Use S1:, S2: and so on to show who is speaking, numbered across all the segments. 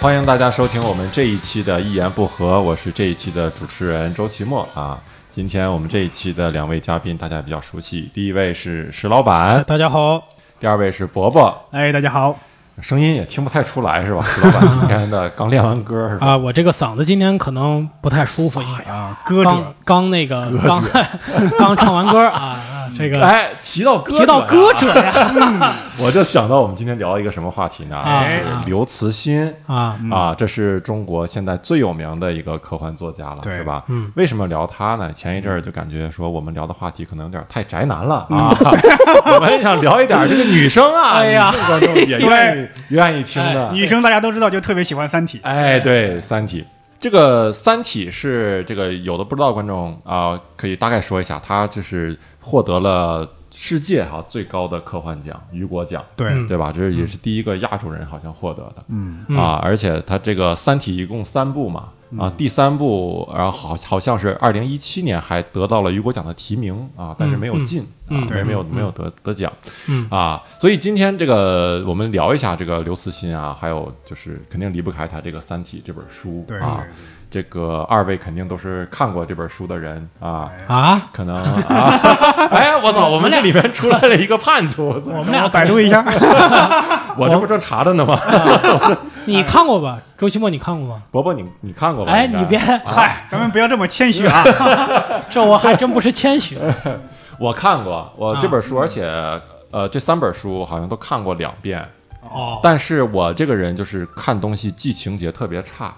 S1: 欢迎大家收听我们这一期的《一言不合》，我是这一期的主持人周奇墨啊。今天我们这一期的两位嘉宾大家比较熟悉，第一位是石老板，
S2: 大家好。
S1: 第二位是伯伯，
S3: 哎，大家好。
S1: 声音也听不太出来是吧？石老板今天的刚练完歌是 吧？
S2: 啊，我这个嗓子今天可能不太舒服，因为
S3: 呀，歌
S2: 刚
S3: 者，
S2: 刚那个刚 刚唱完歌啊，这个
S1: 哎，提到歌，
S2: 提到歌者呀
S1: 我就想到我们今天聊一个什么话题呢？
S2: 哎
S1: 是刘慈欣
S2: 啊，
S1: 啊，这是中国现在最有名的一个科幻作家了，
S3: 对
S1: 是吧？
S2: 嗯，
S1: 为什么聊他呢？前一阵儿就感觉说我们聊的话题可能有点太宅男了啊， 我们想聊一点这个女生啊，
S2: 嗯哎呀哎
S1: 女性观众也 愿意愿意听的。
S3: 女生大家都知道，就特别喜欢《三体》。
S1: 哎，对，《三体》这个《三体》是这个有的不知道的观众啊、可以大概说一下，它就是获得了世界哈、最高的科幻奖雨果奖，
S3: 对，
S2: 嗯
S1: 对吧？这也是第一个亚洲人好像获得的。
S3: 嗯，
S2: 嗯
S1: 啊，而且它这个《三体》一共三部嘛，啊，第三部，然后好好像是二零一七年还得到了雨果奖的提名啊，但是没有
S2: 嗯
S1: 进，
S2: 嗯
S1: 啊，
S2: 对
S1: 没没有
S2: 嗯
S1: 没有得得奖
S2: 嗯
S1: 啊，所以今天这个我们聊一下这个刘慈欣啊，还有就是肯定离不开他这个《三体》这本书
S3: 对
S1: 啊，这个二位肯定都是看过这本书的人啊。
S2: 啊，
S1: 可能啊， 哎，我操！我们这里面出来了一个叛徒，我操
S3: 我们俩百度一下，
S1: 我这不正查着呢吗？
S2: 你看过吧？周奇墨，你看过吗？
S1: 伯伯，你你看过吧？
S2: 哎，
S1: 应该
S2: 你别，
S3: 嗨，咱们不要这么谦虚啊。
S2: 这我还真不是谦 虚，
S1: 我看过，我
S2: 啊
S1: 这本书，而且呃，这三本书好像都看过两遍。
S2: 哦，
S1: 但是我这个人就是看东西记情节特别差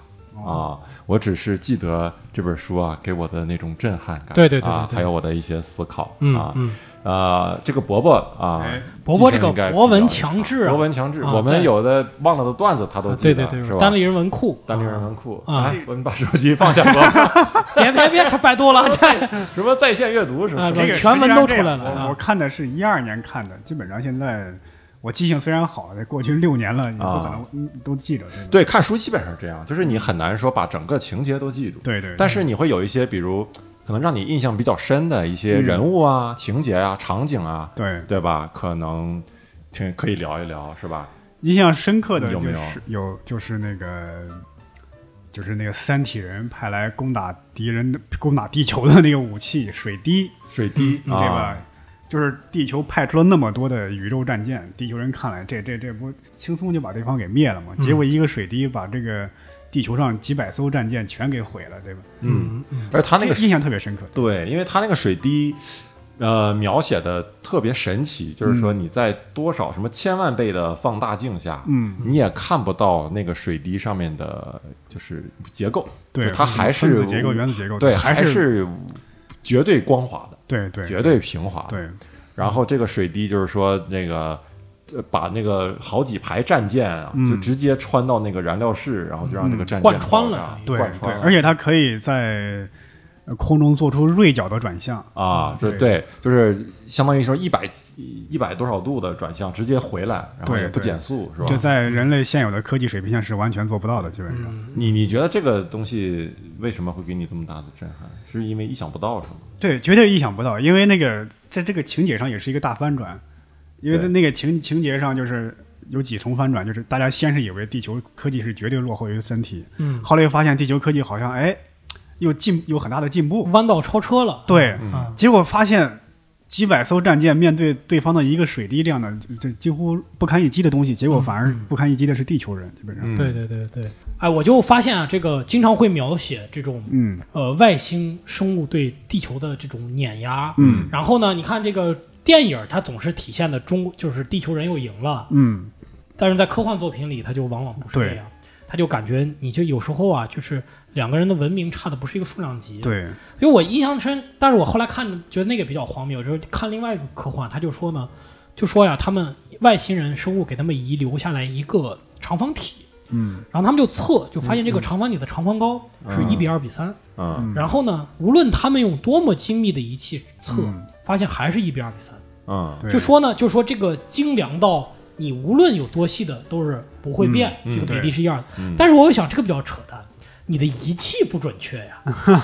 S2: 哦
S1: 啊，我只是记得这本书啊给我的那种震撼感，
S2: 对对对
S1: 啊
S2: 对，对
S1: 还有我的一些思考
S2: 嗯
S1: 啊。
S2: 嗯，
S1: 呃，这个伯伯啊
S3: 哎，
S2: 伯伯
S1: 记性
S2: 这个
S1: 应该比较
S2: 博闻强志啊
S1: 博闻强志，
S2: 啊
S1: 我
S2: 在
S1: 们有的忘了的段子他都
S2: 啊
S1: 记
S2: 对
S1: 得
S2: 对，对
S1: 是，吧？
S2: 单立人文库，
S1: 单立人文库
S2: 啊
S1: 哎我们把手机放 下，伯伯
S2: 别别别吃百 度了，这
S1: 什么在线阅读什么
S2: 啊
S1: 的
S3: 这个
S2: 全文都出来了
S3: 实际上这样
S2: 啊
S3: 我我看的是一二年看的，基本上现在我记性虽然好，过去六年了也不可能嗯都记得。吧
S1: 对，看书基本上是这样，就是你很难说把整个情节都记住，
S3: 对对，
S1: 但是你会有一些，比如可能让你印象比较深的一
S3: 嗯
S1: 些人物啊、情节啊、场景啊，
S3: 对
S1: 对吧？可能挺可以聊一聊，是吧？
S3: 印象深刻的
S1: 有
S3: 就
S1: 没有
S3: 是有就是那个。就是那个三体人派来攻打敌人、攻打地球的那个武器水滴，
S1: 水滴、
S3: 对吧？
S1: 啊，
S3: 就是地球派出了那么多的宇宙战舰，地球人看来这这这不轻松就把对方给灭了吗？
S2: 嗯
S3: 结果一个水滴把这个地球上几百艘战舰全给毁了，对吧？
S1: 嗯，
S2: 嗯嗯
S1: 而他那个
S3: 这印象特别深刻。
S1: 对，因为他那个水滴。呃，描写的特别神奇，就是说你在多少什么千万倍的放大镜下，
S3: 嗯，
S1: 你也看不到那个水滴上面的，就是结构，
S3: 对，嗯
S1: 就它还
S3: 分
S1: 是
S3: 子结构、原子结构，
S1: 对，
S3: 还
S1: 还是绝对光滑的，
S3: 对对
S1: 绝对平滑的。
S3: 对
S1: 然后这个水滴就是说那个。呃把那个好几排战舰啊，
S3: 嗯
S1: 就直接穿到那个燃料室，然后就让这个战舰
S2: 贯穿了
S1: 爆炸
S3: 对
S1: 贯
S3: 对
S1: 穿，了，
S3: 而且它可以在呃空中做出锐角的转向。
S1: 啊，就
S3: 嗯对
S1: 对，就是相当于说一百一百多少度的转向，直接回来，然后
S3: 对
S1: 也不
S3: 对
S1: 减速，是吧？
S3: 这
S1: 嗯
S3: 在人类现有的科技水平下是完全做不到的，基本上。
S1: 你你觉得这个东西为什么会给你这么大的震撼？是因为意想不到是吗？
S3: 对，绝对意想不到，因为那个在这个情节上也是一个大翻转，因为
S1: 对
S3: 在那个情情节上就是有几重翻转，就是大家先是以为地球科技是绝对落后于三体，
S2: 嗯，
S3: 后来又发现地球科技好像哎又进有很大的进步，
S2: 弯道超车了，
S1: 嗯
S3: 对，
S2: 啊，
S3: 结果发现几百艘战舰面对对方的一个水滴这样的就就几乎不堪一击的东西，结果反而不堪一击的是地球人，基本上，
S1: 嗯
S2: 对对对对，哎，我就发现啊，这个经常会描写这种
S3: 嗯
S2: 呃外星生物对地球的这种碾压。
S3: 嗯
S2: 然后呢，你看这个电影儿，它总是体现的中就是地球人又赢了，
S3: 嗯，
S2: 但是在科幻作品里，它就往往不是这样。他就感觉你就有时候啊，就是两个人的文明差的不是一个数量级。，
S3: 对，
S2: 因为我印象深，但是我后来看觉得那个比较荒谬，就是看另外一个科幻，他就说呢，就说呀，他们外星人生物给他们遗留下来一个长方体，
S3: 嗯
S2: 然后他们就测，就发现这个长方体的长方高是
S1: 嗯
S2: 一比二比三、
S1: 嗯
S3: 嗯
S2: 然后呢，无论他们用多么精密的仪器测，
S3: 嗯
S2: 发现还是一比二比三。
S1: 嗯，
S3: 对
S2: 就说呢，就说这个精良到你无论有多细的都是不会变，
S1: 嗯嗯
S2: 这个比例是一样的。
S1: 嗯
S2: 但是我又想，这个比较扯淡。你的仪器不准确呀，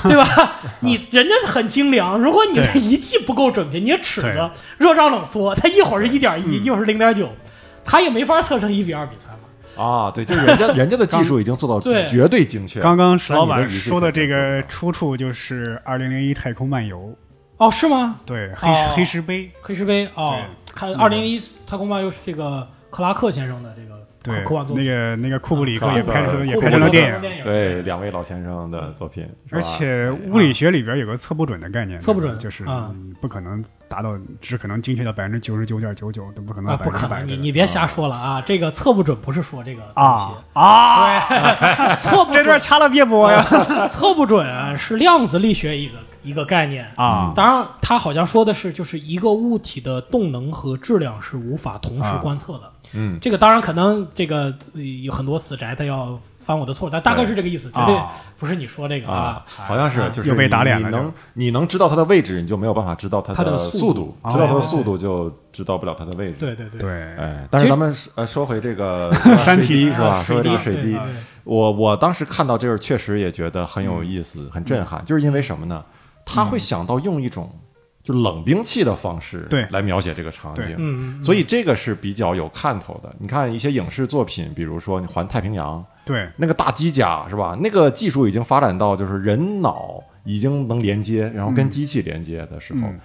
S2: 对吧？你人家是很精良，如果你的
S3: 对
S2: 仪器不够准确，你的尺子
S3: 对
S2: 热胀冷缩，它一会儿是一点一，一会儿是零点九，它也没法测成一比二比三嘛。
S1: 啊，对，就是人家人家的技术已经做到
S2: 对
S1: 绝对精确，
S3: 嗯刚刚石
S1: 那你
S3: 老
S1: 的
S3: 板
S1: 语速
S3: 说的
S1: 肯定
S3: 这
S1: 是
S3: 个
S1: 吧
S3: 出处就是《二零零一太空漫游》，
S2: 哦，是吗？
S3: 对，黑、
S2: 哦
S3: 黑石碑，
S2: 黑石碑哦，看
S3: 嗯
S2: 二零一太空漫游是这个克拉克先生的这个
S3: 对
S2: 科科幻，啊作
S3: 那
S2: 品，
S3: 个那个库布里克
S1: 啊
S3: 也拍
S1: 那
S3: 出
S1: 个
S3: 也
S1: 库布
S3: 拍成
S1: 里
S3: 了
S1: 克
S3: 电影。
S2: 影
S1: 对两位老先生的作品，是吧
S3: 而且物理学里边有个测不准的概念，
S2: 测不准
S3: 就是
S2: 啊
S3: 你不可能达到，只可能精确到百分之九十九点九九，都不可能
S2: 啊，
S3: 到百
S2: 不
S3: 分之
S2: 可
S3: 百
S2: 能，
S3: 的
S2: 你你别瞎说了啊！这个测不准不是说这个东西
S3: 啊，啊！
S2: 测不
S3: 这
S2: 准，
S3: 段掐了别播呀！
S2: 测不准啊是量子力学一个一个概念。
S3: 啊，
S2: 当然，他好像说的是，就是一个物体的动能和质量是无法同时
S3: 啊
S2: 观测的。
S1: 嗯，
S2: 这个当然可能这个呃有很多死宅他要翻我的错，但大概是这个意思，绝对
S3: 啊
S2: 不是你说这个
S1: 啊
S2: 啊。，
S1: 好像是
S2: 啊
S1: 就是
S3: 又被打
S1: 你
S3: 脸
S1: 你
S3: 了
S1: 能你能知道它的位置，你就没有办法知道它
S2: 它的
S1: 速
S2: 速
S1: 度
S2: 度，
S1: 知道它的
S3: 哦
S1: 速度就知道不了它的位置。
S2: 对对对，
S3: 对，
S1: 哎，但是咱们呃 说回这个
S3: 三
S1: 水
S3: 体
S1: 滴
S2: 啊
S1: 是吧？说回这
S2: 水滴
S1: 个水
S2: 对
S1: 滴
S2: 对，
S1: 我我当时看到这儿，确实也觉得很有意思，很震撼，就是因为什么呢？他会想到用一种就冷兵器的方式
S3: 对
S1: 来描写这个场景
S3: 对，
S2: 嗯，嗯
S1: 所以这个是比较有看头的。你看一些影视作品，比如说你《环太平洋》，
S3: 对，
S1: 那个大机甲是吧？那个技术已经发展到就是人脑已经能连接，然后跟
S3: 嗯
S1: 机器连接的时候，
S3: 嗯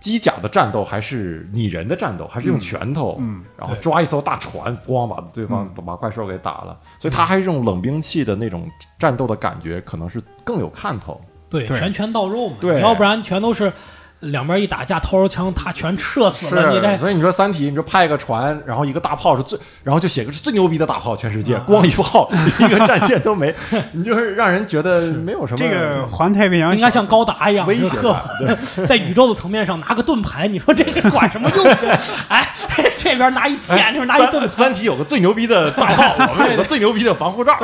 S1: 机甲的战斗还是拟人的战斗，还是用拳头，
S3: 嗯
S1: 然后抓一艘大船，咣把对方、把怪兽给打了。所以它还是用冷兵器的那种战斗的感觉，可能是更有看头。
S2: 对
S3: 对
S2: 拳拳到肉嘛，
S1: 对
S2: 要不然全都是两边一打架，掏手枪，他全射死了，你
S1: 是，
S2: 这
S1: 所以你说《三体》，你说派个船，然后一个大炮是最，然后就写个是最牛逼的大炮，全世界
S2: 啊
S1: 光一炮 一个战舰都没，你就是让人觉得没有什么
S3: 这个环太平洋
S2: 应该像高达一样，
S1: 威
S2: 就
S1: 胁
S2: 是
S1: 感
S2: 呵 在宇宙的层面上拿个盾牌，你说这个管什么用？哎， 这边拿一
S1: 哎
S2: 剑，这边拿一盾
S1: 三
S2: 牌，
S1: 三体有个最牛逼的大 炮，我们有个最牛逼的防护罩。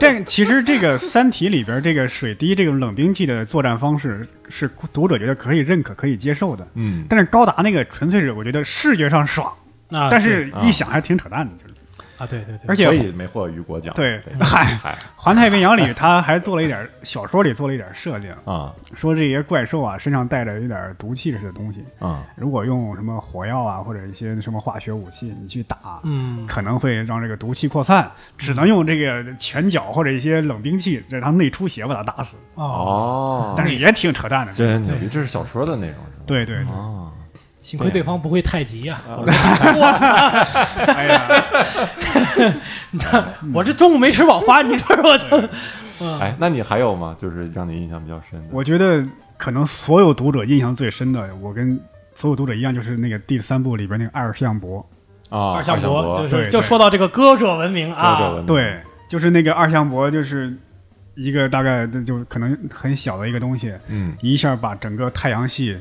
S3: 这其实这个《三体》里边这个水滴这种冷兵器的作战方式，是读者觉得可以认可、可以接受的。
S1: 嗯，
S3: 但是高达那个纯粹是我觉得视觉上爽，
S2: 啊，
S3: 但是
S1: 对啊
S3: 一想还挺扯淡的，就是。
S2: 啊，对对对，
S3: 而且
S1: 所以没获雨果奖。
S3: 对，嗨，
S1: 嗨
S3: 《环太平洋》里他还做了一点呃小说里做了一点设定，
S1: 啊
S3: 说这些怪兽啊身上带着有点毒气似的东西，
S1: 啊
S3: 如果用什么火药啊或者一些什么化学武器你去打，
S2: 嗯，
S3: 可能会让这个毒气扩散，只能用这个拳脚或者一些冷兵器让他内出血把他打死，
S1: 嗯
S2: 哦，
S1: 哦，
S3: 但是也挺扯淡的。
S1: 真牛逼，这是小说的内容是吧？
S3: 对对对，
S1: 啊，
S2: 幸亏对方不会太啊极呀，
S3: 哎呀，
S2: 你看我这中午没吃饱饭，你这我就
S1: 哎，那你还有吗？就是让你印象比较深的？
S3: 我觉得可能所有读者印象最深的，我跟所有读者一样，就是那个第三部里边那个艾尔向伯，
S1: 啊，
S2: 二向箔，
S1: 箔
S2: 就
S3: 对
S2: 是
S3: 对
S2: 就说到这个歌者文明
S1: 周
S2: 啊
S1: 文，嗯
S3: 对，就是那个二向箔，就是一个大概就可能很小的一个东西，
S1: 嗯
S3: 一下把整个太阳系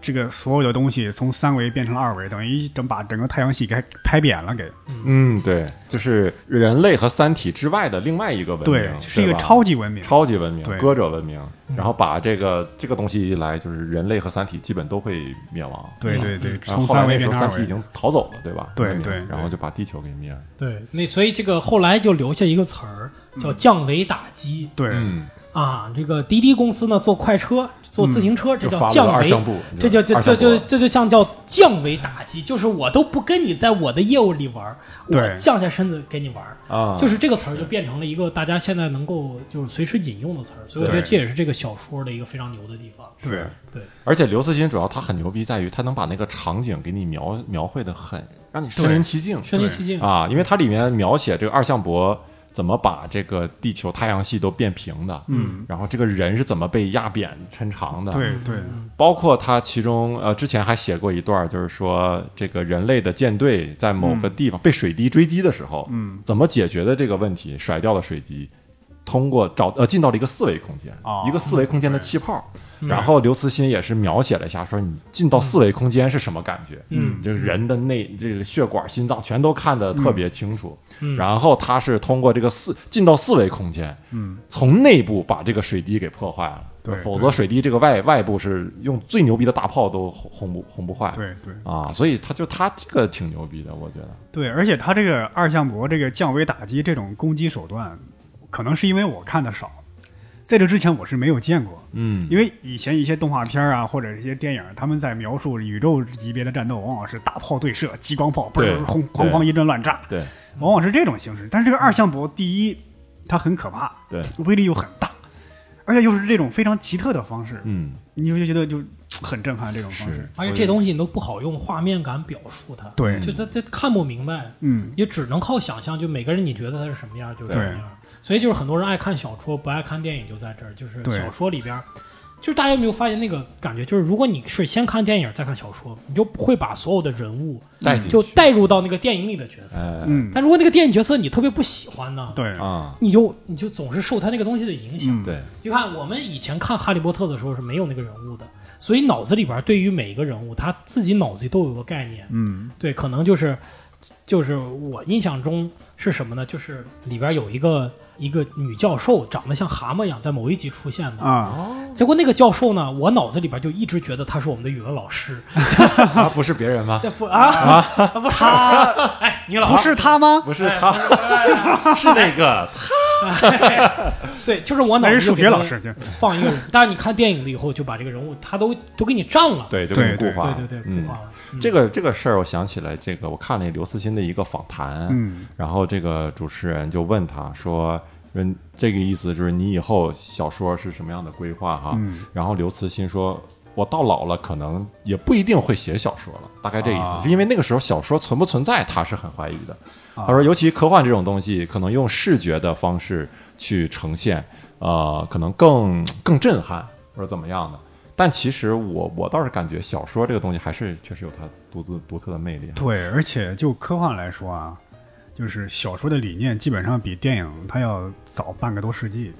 S3: 这个所有的东西从三维变成了二维，等于一整把整个太阳系给拍扁了给。
S1: 嗯，对，就是人类和《三体》之外的另外一个文明，
S3: 对，就是一个
S1: 吧
S3: 超级文明。
S1: 超级文明
S3: 对，
S1: 歌者文明，
S2: 嗯
S1: 然后把这个这个东西一来，就是人类和《三体》基本都会灭亡。
S3: 对
S2: 嗯
S3: 对对，
S1: 然后
S3: 从
S1: 后来
S3: 三
S1: 那
S3: 维
S1: 时
S3: 变
S1: 候，
S3: 成
S1: 三
S3: 二
S1: 体已
S3: 维。
S1: 经逃走了，对吧？
S3: 对
S1: 文明
S3: 对对
S1: 然后就把地球给灭了。
S2: 对，那所以这个后来就留下一个词儿叫降维打击
S3: 对，
S1: 嗯，
S2: 啊，这个滴滴公司呢做快车、做自行车，这
S1: 嗯就
S2: 叫
S1: 发了
S2: 降
S1: 二
S2: 维
S1: 向步，
S2: 这就这
S1: 二
S2: 这
S1: 向
S2: 就
S1: 箔
S2: 这就像叫降维打击，就是我都不跟你在我的业务里玩儿，
S3: 对
S2: 我降下身子给你玩儿，
S1: 啊，
S2: 就是这个词儿就变成了一个大家现在能够就是随时引用的词儿，所以我觉得
S3: 对
S2: 这也是这个小说的一个非常牛的地方。
S3: 对，
S2: 对，
S1: 而且刘慈欣主要他很牛逼，在于他能把那个场景给你描描绘的很，让你身临其境
S2: 身临其境，
S1: 啊，因为它里面描写这个二向箔怎么把这个地球太阳系都变平的，
S3: 嗯，
S1: 然后这个人是怎么被压扁抻长的，
S3: 对
S2: 嗯
S3: 对
S2: 嗯
S1: 包括他其中呃之前还写过一段儿，就是说这个人类的舰队在某个地方被水滴追击的时候，
S3: 嗯，
S1: 怎么解决的这个问题？甩掉了水滴，通过找呃进到了一个四维空间，
S3: 哦
S1: 一个四维空间的气泡。
S2: 嗯
S1: 然后刘慈欣也是描写了一下，说你进到四维空间是什么感觉？
S2: 嗯
S1: 就是人的内这个血管、心脏全都看得特别清楚。
S2: 嗯
S1: 然后他是通过这个四进到四维空间，
S3: 嗯，
S1: 从内部把这个水滴给破坏了。
S3: 对
S1: 否则
S3: 对
S1: 水滴这个外外部是用最牛逼的大炮都轰轰不轰不坏。
S3: 对对
S1: 啊，所以他就他这个挺牛逼的，我觉得。
S3: 对，而且他这个二向箔这个降维打击这种攻击手段，可能是因为我看的少，在这之前我是没有见过。
S1: 嗯
S3: 因为以前一些动画片儿啊，或者一些电影儿，他们在描述宇宙级别的战斗，往往是大炮对射、激光炮，嘣
S1: 对嗯
S3: 儿轰，哐哐一阵乱炸。
S1: 对
S3: 往往是这种形式。但是这个二向箔，第一，它很可怕，
S1: 对，
S3: 威力又很大，而且又是这种非常奇特的方式，
S1: 嗯，
S3: 你就觉得就很震撼这种方式
S1: 是。，
S2: 而且这东西你都不好用画面感表述它，
S3: 对
S2: 就它它看不明白，
S3: 嗯，
S2: 也只能靠想象。就每个人你觉得它是什么样，就是什么样。所以就是很多人爱看小说，不爱看电影，就在这儿。就是
S3: 对
S2: 小说里边儿，就是大家有没有发现那个感觉？就是如果你是先看电影再看小说，你就不会把所有的人物
S1: 带进去
S2: 就带入到那个电影里的角色。
S1: 哎
S3: 嗯，
S2: 但如果那个电影角色你特别不喜欢呢，
S3: 对，
S1: 啊，
S2: 你就你就总是受他那个东西的影响。
S3: 嗯，
S1: 对，
S2: 就看我们以前看《哈利波特》的时候是没有那个人物的，所以脑子里边对于每一个人物，他自己脑子里都有个概念。
S3: 嗯，
S2: 对，可能就是就是我印象中是什么呢？就是里边有一个一个女教授，长得像蛤蟆一样，在某一集出现的。
S1: 嗯
S3: 啊，
S2: 结果那个教授呢，我脑子里边就一直觉得她是我们的语文老 师。
S1: 他不是别人吗？
S2: 不啊，不是，哎，女老
S3: 不
S2: 师。
S3: 是他吗？
S1: 不是他， 是那个
S2: 对，就是我脑
S3: 那
S2: 子
S3: 是
S2: 里
S3: 数
S2: 边
S3: 学老师，对
S2: 放一个人，但是你看电影了以后，就把这个人物他都都给你占了。
S1: 对，就给你
S3: 对对
S1: 固化了，
S2: 对对对，
S1: 嗯
S2: 不画了。嗯
S1: 这个这个事儿，我想起来，这个我看了刘慈欣的一个访谈，
S3: 嗯，
S1: 然后这个主持人就问他说：“嗯，这个意思就是你以后小说是什么样的规划哈？”
S3: 嗯
S1: 然后刘慈欣说：“我到老了，可能也不一定会写小说了，大概这意思。
S3: 啊
S1: 是因为那个时候小说存不存在，他是很怀疑的。
S3: 啊
S1: 他说，尤其科幻这种东西，可能用视觉的方式去呈现，呃，可能更更震撼或者怎么样的。但其实我我倒是感觉小说这个东西还是确实有它独自独特的魅力。啊
S3: 对，而且就科幻来说啊，就是小说的理念基本上比电影它要早半个多世纪。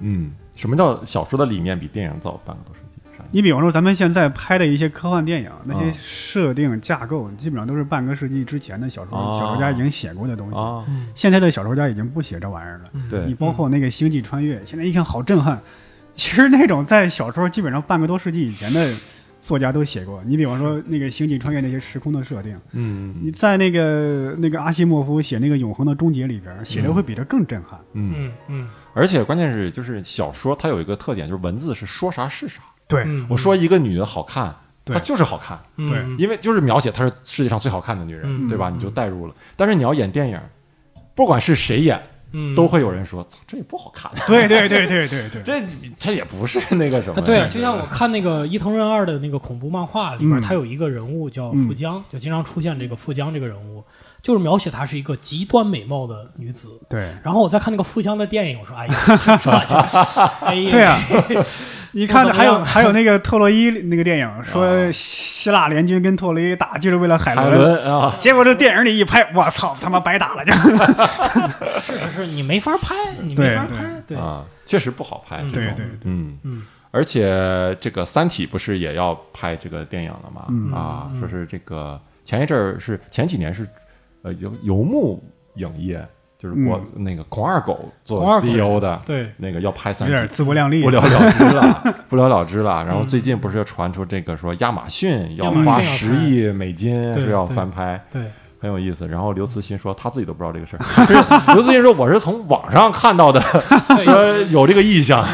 S1: 嗯，什么叫小说的理念比电影早半个多世纪？啥意思
S3: 你比方说咱们现在拍的一些科幻电影，那些
S1: 啊
S3: 设定架构基本上都是半个世纪之前的小说、
S1: 哦
S3: 小说家已经写过的东西。
S1: 啊？
S2: 嗯
S3: 现在的小说家已经不写这玩意儿了。
S2: 嗯
S1: 对
S3: 你包括那个《星际穿越》，现在一看好震撼。 其实那种在小说基本上半个多世纪以前的作家都写过。你比方说那个《星际穿越》那些时空的设定，
S1: 嗯
S3: 你在那个那个阿西莫夫写那个《永恒的终结》里边写的
S1: 嗯
S3: 会比这更震撼。
S1: 嗯，
S2: 嗯嗯
S1: 而且关键是，就是小说它有一个特点，就是文字是说啥是啥。
S3: 对
S2: 嗯，
S1: 我说一个女的好看，
S3: 对
S1: 她就是好看，
S2: 嗯
S3: 对
S2: 嗯
S1: 因为就是描写她是世界上最好看的女人，
S2: 嗯
S1: 对吧？
S2: 嗯
S1: 你就代入了。但是你要演电影，不管是谁演，
S2: 嗯
S1: 都会有人说：“操，这也不好看，
S3: 对对对对对 对，
S1: 这这也不是那个什么
S2: 啊，
S1: 呀。”
S2: 对，就像我看那个伊藤润二的那个恐怖漫画里边，
S3: 嗯
S2: 他有一个人物叫
S3: 嗯
S2: 富江，就经常出现这个富江这个人物，就是描写她是一个极端美貌的女子。
S3: 对
S2: 然后我再看那个富江的电影，我说哎呀，是吧？就哎呀，
S3: 对啊，你看的还
S2: 怎
S3: 有
S2: 么样
S3: 还有那个特洛伊那个电影，说希腊联军跟特洛伊打就是为了海
S1: 海
S3: 伦，
S1: 伦啊，
S3: 结果这电影里一拍，我操，他妈白 打了就。
S2: 是是是，你没法拍，你
S3: 对
S2: 没法
S3: 对
S2: 拍，对，
S1: 啊，确实不好拍。
S2: 嗯
S1: 这
S3: 对
S1: 种
S3: 对，
S1: 嗯。
S2: 嗯
S1: 而且这个《三体》不是也要拍这个电影了吗？
S3: 嗯
S1: 啊，
S2: 嗯
S1: 说是这个前一阵儿是前几年是，呃，游游牧影业就是国、那个孔二狗
S2: 嗯孔
S1: 做
S2: 二狗
S1: CEO 的
S2: 对，
S1: 那个要拍《
S3: 有
S1: 三体
S3: 点》，自不量力啊
S1: 不。了了之 了，不了了之了。然后最近不是传出这个说亚马逊要
S2: 嗯亚马逊
S1: 花
S2: 要
S1: 十
S2: 拍
S1: 亿美金
S2: 对
S1: 是要
S2: 对
S1: 翻拍。
S2: 对，
S1: 很有意思，然后刘慈欣说他自己都不知道这个事儿。 刘慈欣说我是从网上看到的，
S2: 对
S1: 说有这个意向。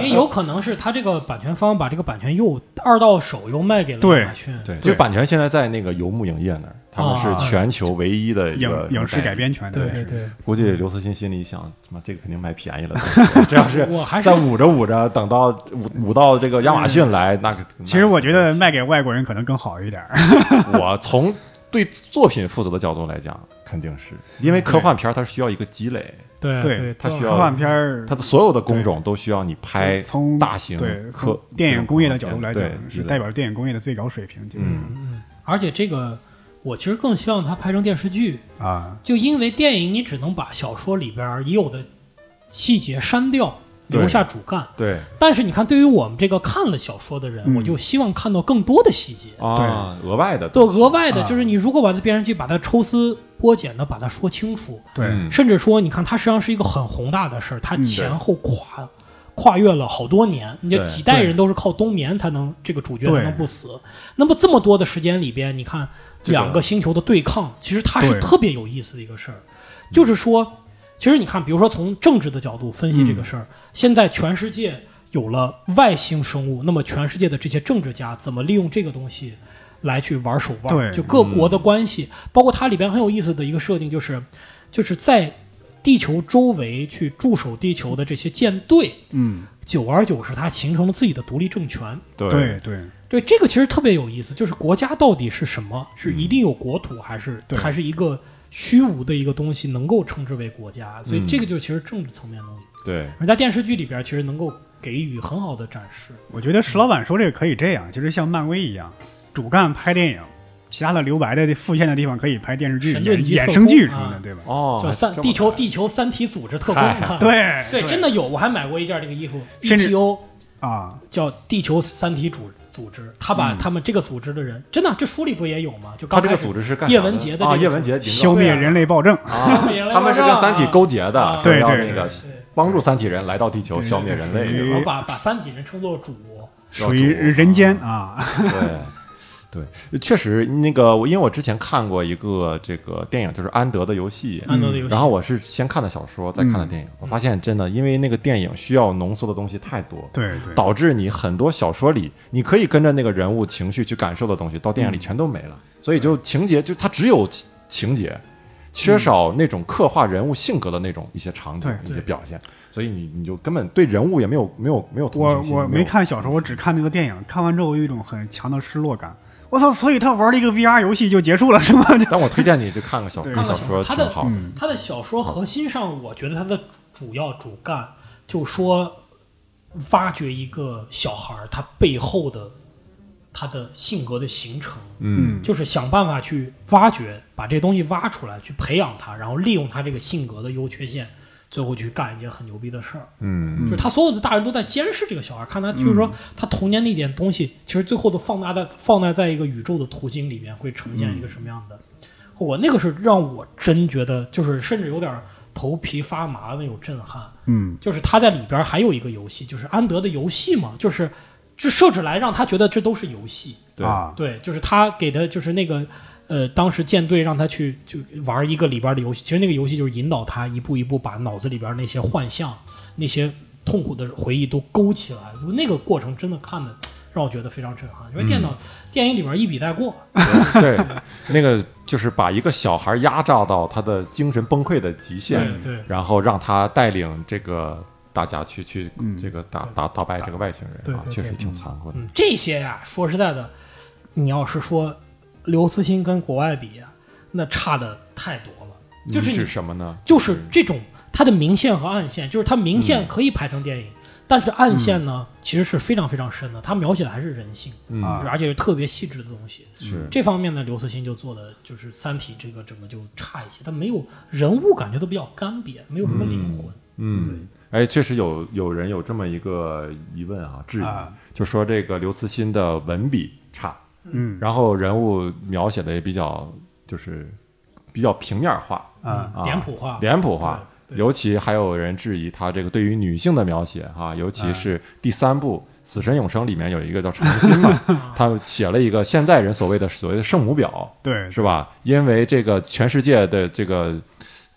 S2: 因为有可能是他这个版权方把这个版权又二到手又卖给了
S3: 对
S2: 亚马逊，
S1: 对，
S3: 对
S1: 这版权现在在那个游牧影业那儿，他们是
S2: 啊
S1: 全球唯一的一
S3: 影
S1: 个
S3: 影视改。编权
S2: 对
S3: 的
S2: 对
S3: 是，
S2: 对，
S1: 估计刘慈欣心里想，他妈这个肯定买便 宜了，对这要是
S2: 我还是
S1: 再捂着捂着，等到捂捂到这个亚马逊来，那个
S3: 嗯其实我觉得卖给外国人可能更好一点儿。
S1: 那我从对作品负责的角度来讲，肯定是因为科幻片它是需要一个积累，
S2: 对
S3: 对
S2: 对，
S1: 他需要
S3: 科幻片儿
S1: 它的所有的工种都需要你拍
S3: 从
S1: 大型
S3: 对
S1: 科
S3: 从电影工业的角度来讲
S1: 对，
S3: 是
S1: 积累
S3: 代表电影工业的最高水平，基本上
S2: 嗯，而且这个我其实更希望它拍成电视剧，
S3: 啊，
S2: 就因为电影你只能把小说里边已有的细节删掉，
S1: 对
S2: 留下主干。
S1: 对
S2: 但是你看，对于我们这个看了小说的人，
S3: 嗯
S2: 我就希望看到更多的细节，
S1: 啊，额外的
S2: 对，
S1: 东西
S2: 额外的
S3: 啊
S2: 就是你如果把它变成剧，把它抽丝剥茧的把它说清楚，
S3: 对
S1: 嗯
S2: 甚至说，你看它实际上是一个很宏大的事儿，它
S3: 嗯
S2: 前后跨。跨越了好多年，你这
S1: 对
S2: 几代人都是靠冬眠才能这个主角才能
S3: 对
S2: 不死。那么这么多的时间里边，你看
S1: 这个
S2: 两个星球的对抗，其实它是
S3: 对
S2: 特别有意思的一个事儿。就是说，其实你看，比如说从政治的角度分析这个事儿，现在全世界有了外星生物，那么全世界的这些政治家怎么利用这个东西来去玩手腕儿？
S3: 对
S2: 就各国的关系，包括它里边很有意思的一个设定就是。就是在地球周围去驻守地球的这些舰队，
S3: 嗯，
S2: 久而久之，它形成了自己的独立政权。
S1: 对
S3: 对对，
S2: 对，这个其实特别有意思，就是国家到底是什么？是
S1: 嗯
S2: 一定有国土，还是
S3: 对
S2: 还是一个虚无的一个东西能够称之为国家？所以
S1: 嗯
S2: 这个就是其实政治层面的东西，
S1: 对
S2: 而在电视剧里边其实能够给予很好的展示。
S3: 我觉得石老板说这个可以这样，就是像漫威一样，主干拍电影，其他的留白的副线的地方可以拍电视剧、
S2: 神
S3: 衍
S2: 盾局特
S3: 衍
S2: 工
S3: 生剧什么的，
S2: 啊
S3: 对吧？
S1: 哦，
S2: 叫三
S1: 还这么
S2: 地球
S1: 来
S2: 地球三体组织特工
S1: 嗨
S2: 啊，
S3: 对
S2: 对，真的有，我还买过一件这个衣服
S3: 甚至
S2: ，ETO
S3: 啊，
S2: 叫地球三体组组织，他把他们这个组织的人，真的这书里不也有吗？就
S1: 嗯他
S2: 刚
S1: 这个
S2: 开始
S1: 组织是干
S2: 叶
S1: 啥
S2: 文
S1: 的
S2: 洁的这
S1: 啊，
S2: 个
S1: 叶
S2: 组
S1: 文洁领导
S3: 消灭
S2: 对啊
S3: 人类暴政，
S1: 啊
S2: 灭人类
S1: 他们是
S2: 暴
S1: 跟
S2: 政
S1: 三体
S2: 啊
S1: 勾结的
S2: 啊，
S1: 是
S3: 对
S1: 要
S3: 对
S1: 那
S3: 对
S1: 个
S2: 对
S1: 帮助三体人来到地球
S3: 对
S1: 消灭人类
S3: 对
S1: 是
S2: 然
S1: 吧
S2: 后？把把三体人称作主，
S1: 要
S3: 属于
S1: 主啊
S3: 人间啊，
S1: 对，对，确实那个，我因为我之前看过一个这个电影，就是《安德的游戏》，
S2: 安德的游戏。
S1: 嗯然后我是先看的小说，再看
S3: 嗯
S1: 的电影。我发现真的，因为那个电影需要浓缩的东西太多，
S3: 对对，
S1: 导致你很多小说里你可以跟着那个人物情绪去感受的东西，到电影里全都没了。
S3: 嗯
S1: 所以就情节就它只有情情节，缺少那种刻画人物性格的那种一些场景、
S3: 对
S1: 一些表现。所以你你就根本对人物也没有没有没有同
S3: 我
S1: 情心
S3: 我
S1: 没
S3: 没
S1: 有
S3: 看小说，我只看那个电影，看完之后我有一种很强的失落感。我操！所以他玩了一个 VR 游戏就结束了是吗？就
S1: 但我推荐你去看个小
S3: 对
S1: 看
S2: 看
S1: 小
S2: 了
S1: 说，
S2: 他
S1: 挺
S2: 的
S1: 好的。
S3: 嗯
S2: 他的小说核心上，我觉得他的主要主干就说挖掘一个小孩儿他背后的他的性格的形成，
S1: 嗯，
S2: 就是想办法去挖掘，把这东西挖出来，去培养他，然后利用他这个性格的优缺陷，最后去干一件很牛逼的事儿。
S1: 嗯
S2: 就是他所有的大人都在监视这个小孩，看他就是说他童年的一点东西，其实最后都放大在放大在一个宇宙的图景里面，会呈现一个什么样的后果？那个是让我真觉得，就是甚至有点头皮发麻的那种震撼。
S3: 嗯，
S2: 就是他在里边还有一个游戏，就是安德的游戏嘛，就是这设置来让他觉得这都是游戏。
S1: 对
S3: 啊，
S2: 对，就是他给的，就是那个，呃，当时舰队让他去就玩一个里边的游戏，其实那个游戏就是引导他一步一步把脑子里边那些幻象、那些痛苦的回忆都勾起来，就那个过程真的看的让我觉得非常震撼，因为电脑、电影里边一笔带过，
S1: 对，那个就是把一个小孩压榨到他的精神崩溃的极限，
S2: 对对
S1: 然后让他带领这个大家去去
S3: 嗯
S1: 这个打打打败这个外星
S2: 对
S1: 人
S2: 对
S1: 啊，
S2: 对
S1: 确实挺残酷的。
S2: 嗯，这些呀、说实在的，你要是说刘慈欣跟国外比、啊，那差的太多了，就是
S1: 你
S2: 你
S1: 指什么呢？
S2: 就是这种它的明线和暗线，就是它明线可以拍成电影，但是暗线呢、其实是非常非常深的，它描写的还是人性，
S1: 嗯，
S3: 啊
S2: 而且是特别细致的东西。
S1: 是
S2: 这方面呢，刘慈欣就做的就是《三体》这个整个就差一些，它没有人物感觉都比较干瘪，没有什么灵魂。
S1: 嗯，哎，确实有有人有这么一个疑问啊，质疑，
S3: 啊
S1: 就说这个刘慈欣的文笔差，
S3: 嗯
S1: 然后人物描写的也比较就是比较平面化
S3: 啊，
S1: 啊，
S2: 脸谱化，
S1: 脸谱化。
S2: 对对
S1: 尤其还有人质疑他这个对于女性的描写哈、尤
S2: 嗯
S1: 其是第三部《死神永生》里面有一个叫长心 嘛，他写了一个现在人所谓的所谓的圣母婊，
S3: 对，
S1: 是吧？因为这个全世界的这个，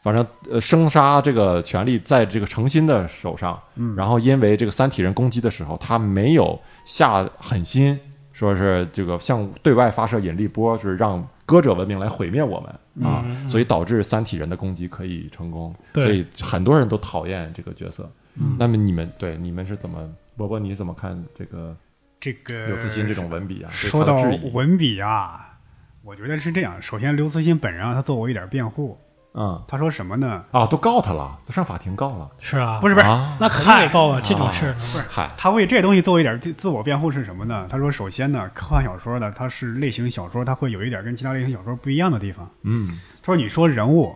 S1: 反正呃生杀这个权利在这个诚心的手上，
S3: 嗯
S1: 然后因为这个三体人攻击的时候，他没有下狠心，说是这个向对外发射引力波，就是让歌者文明来毁灭我们啊，
S2: 嗯嗯
S1: 所以导致三体人的攻击可以成功，
S2: 对
S1: 所以很多人都讨厌这个角色。
S2: 嗯
S1: 那么你们对你们是怎么？波波，你怎么看这个
S3: 这个
S1: 刘慈欣这种文笔啊？对
S3: 说
S1: 他
S3: 到
S1: 的质疑，
S3: 文笔啊，我觉得是这样。首先，刘慈欣本人啊，他做我一点辩护。
S1: 嗯
S3: 他说什么呢？
S1: 啊，都告他了，都上法庭告了。
S2: 是啊，
S3: 不
S2: 是，
S3: 是不是，
S1: 啊，
S2: 那肯定得报啊，这种事儿呢。
S1: 嗨，
S3: 他为这东西做一点自自我辩护是什么呢？他说，首先呢，科幻小说呢，它是类型小说，它会有一点跟其他类型小说不一样的地方。
S1: 嗯
S3: 他说，你说人物，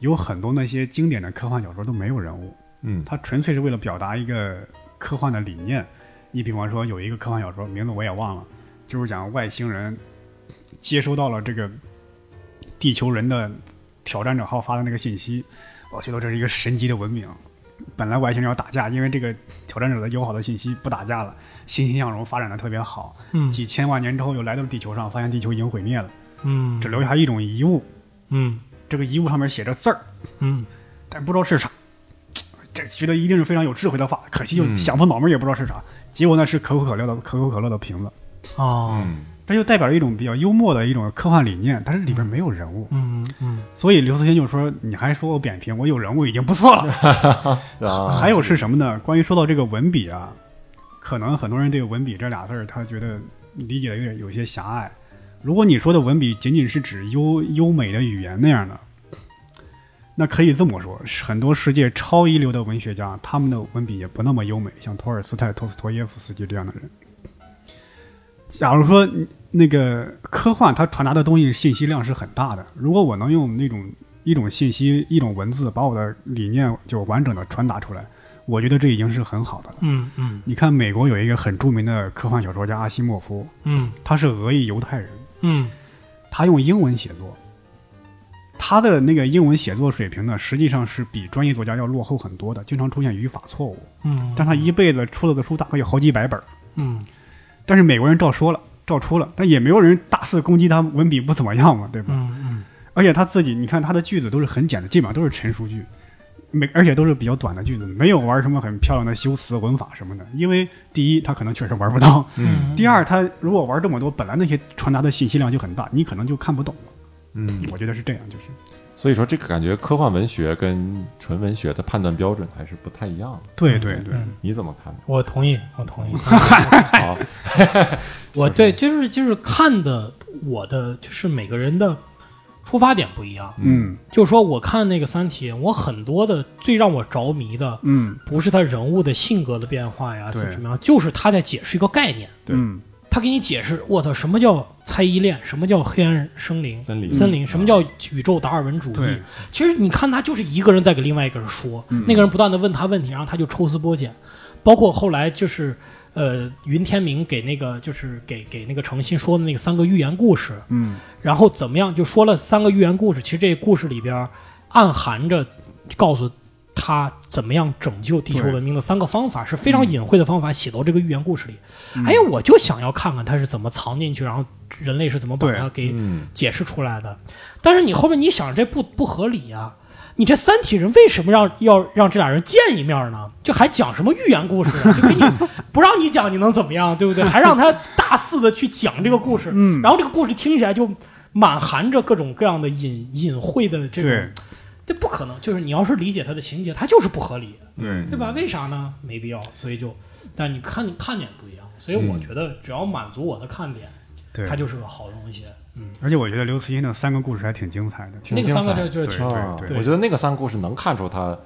S3: 有很多那些经典的科幻小说都没有人物，
S1: 嗯
S3: 它纯粹是为了表达一个科幻的理念。你比方说有一个科幻小说，名字我也忘了，就是讲外星人接收到了这个地球人的挑战者号发的那个信息，我觉得这是一个神级的文明。本来外星人要打架，因为这个挑战者的友好的信息不打架了，欣欣向荣，发展的特别好。
S2: 嗯
S3: 几千万年之后又来到地球上，发现地球已经毁灭了，
S2: 嗯
S3: 只留下一种遗物。
S2: 嗯
S3: 这个遗物上面写着字儿，
S2: 嗯
S3: 但不知道是啥。这觉得一定是非常有智慧的话，可惜就
S1: 嗯
S3: 想破脑门也不知道是啥。结果呢是可口可乐的可口可乐的瓶子，
S2: 哦，
S1: 嗯
S3: 这就代表着一种比较幽默的一种科幻理念，但是里边没有人物，
S2: 嗯嗯
S3: 所以刘慈欣就说：“你还说我扁平，我有人物已经不错了。”
S1: 啊，
S3: 还有是什么呢？关于说到这个文笔啊，可能很多人对“文笔”这俩字儿，他觉得理解的有点有些狭隘。如果你说的文笔仅仅是指优优美的语言那样的，那可以这么说：很多世界超一流的文学家，他们的文笔也不那么优美，像托尔斯泰、托斯托耶夫斯基这样的人。假如说那个科幻，它传达的东西信息量是很大的。如果我能用那种一种信息、一种文字，把我的理念就完整的传达出来，我觉得这已经是很好的了。
S2: 嗯嗯
S3: 你看，美国有一个很著名的科幻小说家阿西莫夫，
S2: 嗯
S3: 他是俄裔犹太人，
S2: 嗯
S3: 他用英文写作，他的那个英文写作水平呢，实际上是比专业作家要落后很多的，经常出现语法错误。
S2: 嗯，
S3: 但他一辈子出了的书大概有好几百本儿，
S2: 嗯
S3: 但是美国人照说了，照出了，但也没有人大肆攻击他文笔不怎么样嘛，对吧？
S2: 嗯
S3: 而且他自己，你看他的句子都是很简单，基本上都是陈述句，没而且都是比较短的句子，没有玩什么很漂亮的修辞文法什么的。因为第一，他可能确实玩不到；
S1: 嗯
S3: 第二，他如果玩这么多，本来那些传达的信息量就很大，你可能就看不懂了。
S1: 嗯，
S3: 我觉得是这样，就是
S1: 所以说这个感觉科幻文学跟纯文学的判断标准还是不太一样的，
S3: 对对对，
S2: 嗯，
S1: 你怎么 看？
S2: 我同意，我同意。
S1: 好，
S2: 我对，就是就是看的我的就是每个人的出发点不一样。
S3: 嗯
S2: 就是说我看那个《三体》，我很多的最让我着迷的
S3: 嗯
S2: 不是他人物的性格的变化呀，
S3: 对
S2: 是什么样，就是他在解释一个概念。
S1: 对
S3: 嗯
S2: 他给你解释，我操，什么叫猜疑链，什么叫黑暗生灵、
S1: 森林嗯
S2: 森林，什么叫宇宙达尔文主义
S3: 对？
S2: 其实你看，他就是一个人在给另外一个人说，那个人不断的问他问题，然后他就抽丝剥茧。包括后来就是，呃，云天明给那个就是给给那个诚信说的那个三个寓言故事，
S3: 嗯
S2: 然后怎么样就说了三个寓言故事，其实这故事里边儿暗含着告诉他怎么样拯救地球
S3: 对
S2: 文明的三个方法，是非常隐晦的方法写到这个寓言故事里。哎呀，我就想要看看他是怎么藏进去，然后人类是怎么把
S3: 对
S2: 它给
S1: 嗯
S2: 解释出来的。但是你后面你想这不不合理啊。你这三体人为什么让要让这俩人见一面呢？就还讲什么寓言故事 啊？就给你不让你讲，你能怎么样，对不对？还让他大肆的去讲这个故事，
S3: 嗯，
S2: 然后这个故事听起来就满含着各种各样的隐隐晦的这
S3: 对
S2: 种，这不可能。就是你要是理解它的情节，它就是不合理，
S1: 嗯
S3: 对
S2: 对吧？为啥呢？没必要，所以就，但你看看点不一样，所以我
S1: 嗯
S2: 觉得只要满足我的看点，
S3: 对，
S2: 它就是个好东西。嗯，
S3: 而且我觉得刘慈欣的三个故事还挺精彩的，
S1: 挺
S2: 那个
S1: 精
S2: 三个
S1: 彩
S2: 字就是
S3: 对
S2: 挺
S1: 啊
S3: 对
S2: 对
S1: 我觉得那个三个故事能看出他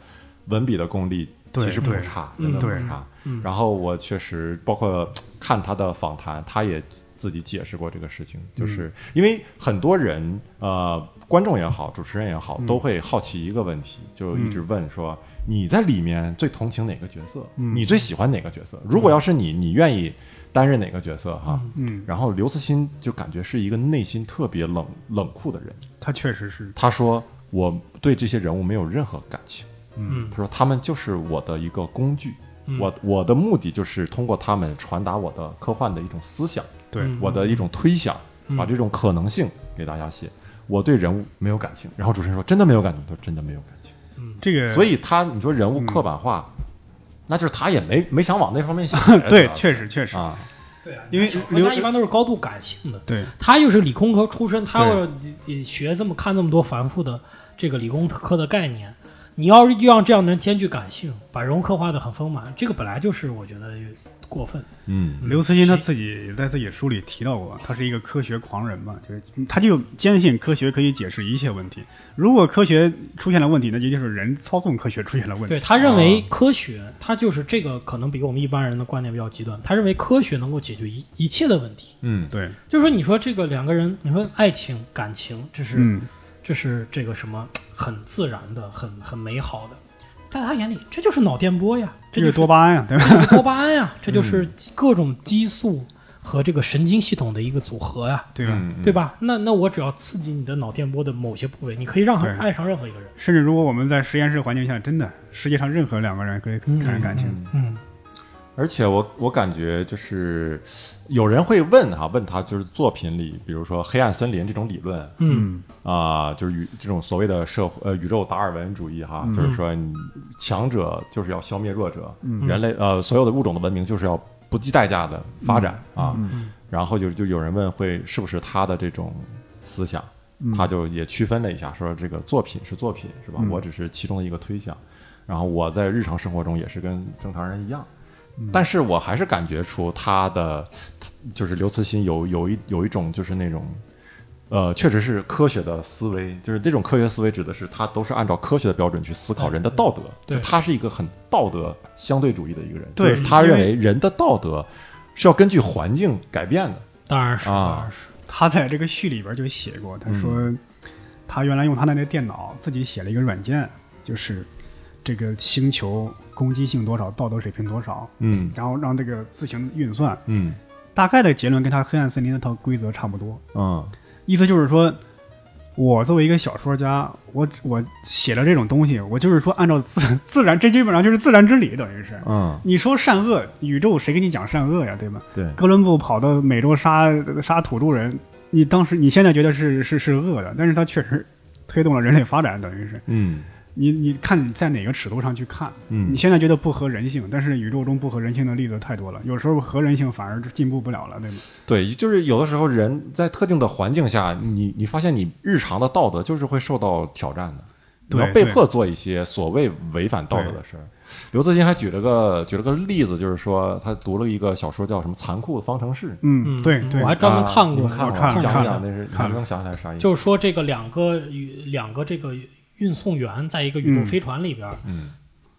S1: 文笔的功力
S3: 对
S1: 其实不
S3: 对
S1: 差，
S2: 嗯
S1: 真的不
S3: 对
S1: 差。
S2: 嗯
S1: 然后我确实包括看他的访谈，他也自己解释过这个事情，就是因为很多人呃，观众也好，主持人也好，都会好奇一个问题，就一直问说你在里面最同情哪个角色？
S3: 嗯
S1: 你最喜欢哪个角色？如果要是你，你愿意担任哪个角色？哈。
S2: 嗯
S3: 嗯，
S1: 然后刘慈欣就感觉是一个内心特别冷冷酷的人，
S3: 他确实是，
S1: 他说我对这些人物没有任何感情，
S2: 嗯
S1: 他说他们就是我的一个工具，
S2: 嗯
S1: 我我的目的就是通过他们传达我的科幻的一种思想，
S3: 对
S2: 嗯
S1: 我的一种推想，
S2: 嗯
S1: 把这种可能性给大家写。我对人物没有感情，然后主持人说真的没有感情，他说真的没有感情，
S3: 这个，，
S1: 所以他你说人物刻板化，那就是他也没没想往那方面想
S3: 嗯 对，确实确实，
S1: 啊，
S2: 对啊，
S3: 因为
S2: 小说
S3: 刘
S2: 家一般都是高度感性的，
S3: 对
S2: 他又是理工科出身，他
S3: 对
S2: 要呃学这么看这么多繁复的这个理工科的概念，你要是又让这样的人兼具感性，把人物刻画的很丰满，这个本来就是我觉得有过分。
S1: 嗯
S3: 刘慈欣他
S2: 谁
S3: 自己在自己书里提到过，他是一个科学狂人嘛，就是他就坚信科学可以解释一切问题。如果科学出现了问题，那就就是人操纵科学出现了问
S2: 对
S3: 题。啊
S2: 他认为科学，他就是这个可能比我们一般人的观念比较极端，他认为科学能够解决一一切的问题。
S1: 嗯，
S3: 对，
S2: 就是说，你说这个两个人，你说爱情、感情，这是、
S3: 嗯，
S2: 这是这个什么很自然的、很很美好的，在他眼里，这就是脑电波呀，这就嗯
S3: 这就是是多巴胺呀，啊对吧？
S2: 这就是多巴胺呀、这就是各种激素和这个神经系统的一个组合呀、
S3: 对吧？
S1: 嗯
S2: 对？吧？那那我只要刺激你的脑电波的某些部位，你可以让他
S3: 对
S2: 爱上任何一个人。
S3: 甚至如果我们在实验室环境下，真的世界上任何两个人可以
S2: 嗯
S3: 产生感情。
S1: 嗯
S2: 嗯
S1: 而且我我感觉就是有人会问哈、问他就是作品里，比如说黑暗森林这种理论
S2: 嗯，
S3: 嗯
S1: 啊、就是宇这种所谓的社会呃宇宙达尔文主义哈，就是说你强者就是要消灭弱者，
S3: 嗯
S1: 人类呃所有的物种的文明就是要不计代价的发展、啊。
S2: 嗯
S1: 然后就就有人问会是不是他的这种思想，
S3: 嗯
S1: 他就也区分了一下，说这个作品是作品是吧？
S3: 嗯
S1: 我只是其中的一个推想。然后我在日常生活中也是跟正常人一样
S3: 嗯，
S1: 但是我还是感觉出他的他就是刘慈欣有有一有一种就是那种。呃，确实是科学的思维，就是这种科学思维指的是他都是按照科学的标准去思考人
S3: 嗯
S1: 的道德，
S2: 对
S1: 就他是一个很道德相对主义的一个人，
S3: 对
S1: 就是他
S3: 因
S1: 认
S3: 为
S1: 为人的道德是要根据环境改变的，
S2: 当然是，
S1: 啊
S2: 当然是，
S3: 他在这个序里边就写过，他说
S2: 嗯
S3: 他原来用他那个电脑自己写了一个软件，就是这个星球攻击性多少，道德水平多少，
S1: 嗯
S3: 然后让这个自行运算，
S1: 嗯
S3: 大概的结论跟他黑暗森林那套规则差不多。
S1: 嗯
S3: 意思就是说，我作为一个小说家，我我写了这种东西，我就是说按照自 自然，这基本上就是自然之理，等于是。
S1: 嗯，
S3: 你说善恶，宇宙谁跟你讲善恶呀，对吧？
S1: 对，
S3: 哥伦布跑到美洲杀杀土著人，你当时你现在觉得是是是恶的，但是他确实推动了人类发展，等于是
S1: 嗯
S3: 你你看你在哪个尺度上去看，
S1: 嗯
S3: 你现在觉得不合人性，但是宇宙中不合人性的例子太多了，有时候合人性反而进步不了了，对吗？
S1: 对，就是有的时候人在特定的环境下，你你发现你日常的道德就是会受到挑战的，你
S3: 对
S1: 要被迫做一些所谓违反道德的事儿。刘慈欣还举了个举了个例子，就是说他读了一个小说叫什么《残酷的方程式》，
S3: 嗯，对对
S2: 我，还专门
S1: 啊
S2: 看
S1: 你
S2: 过，
S1: 们看
S3: 我
S1: 过
S3: 看
S1: 吗
S3: 了
S1: 讲
S3: 看
S1: 一
S3: 了
S1: 讲那是你
S3: 看了
S1: 能想起来啥意思？
S2: 就是说这个两个宇两个这个运送员在一个宇宙
S3: 嗯
S2: 飞船里边儿，
S1: 嗯，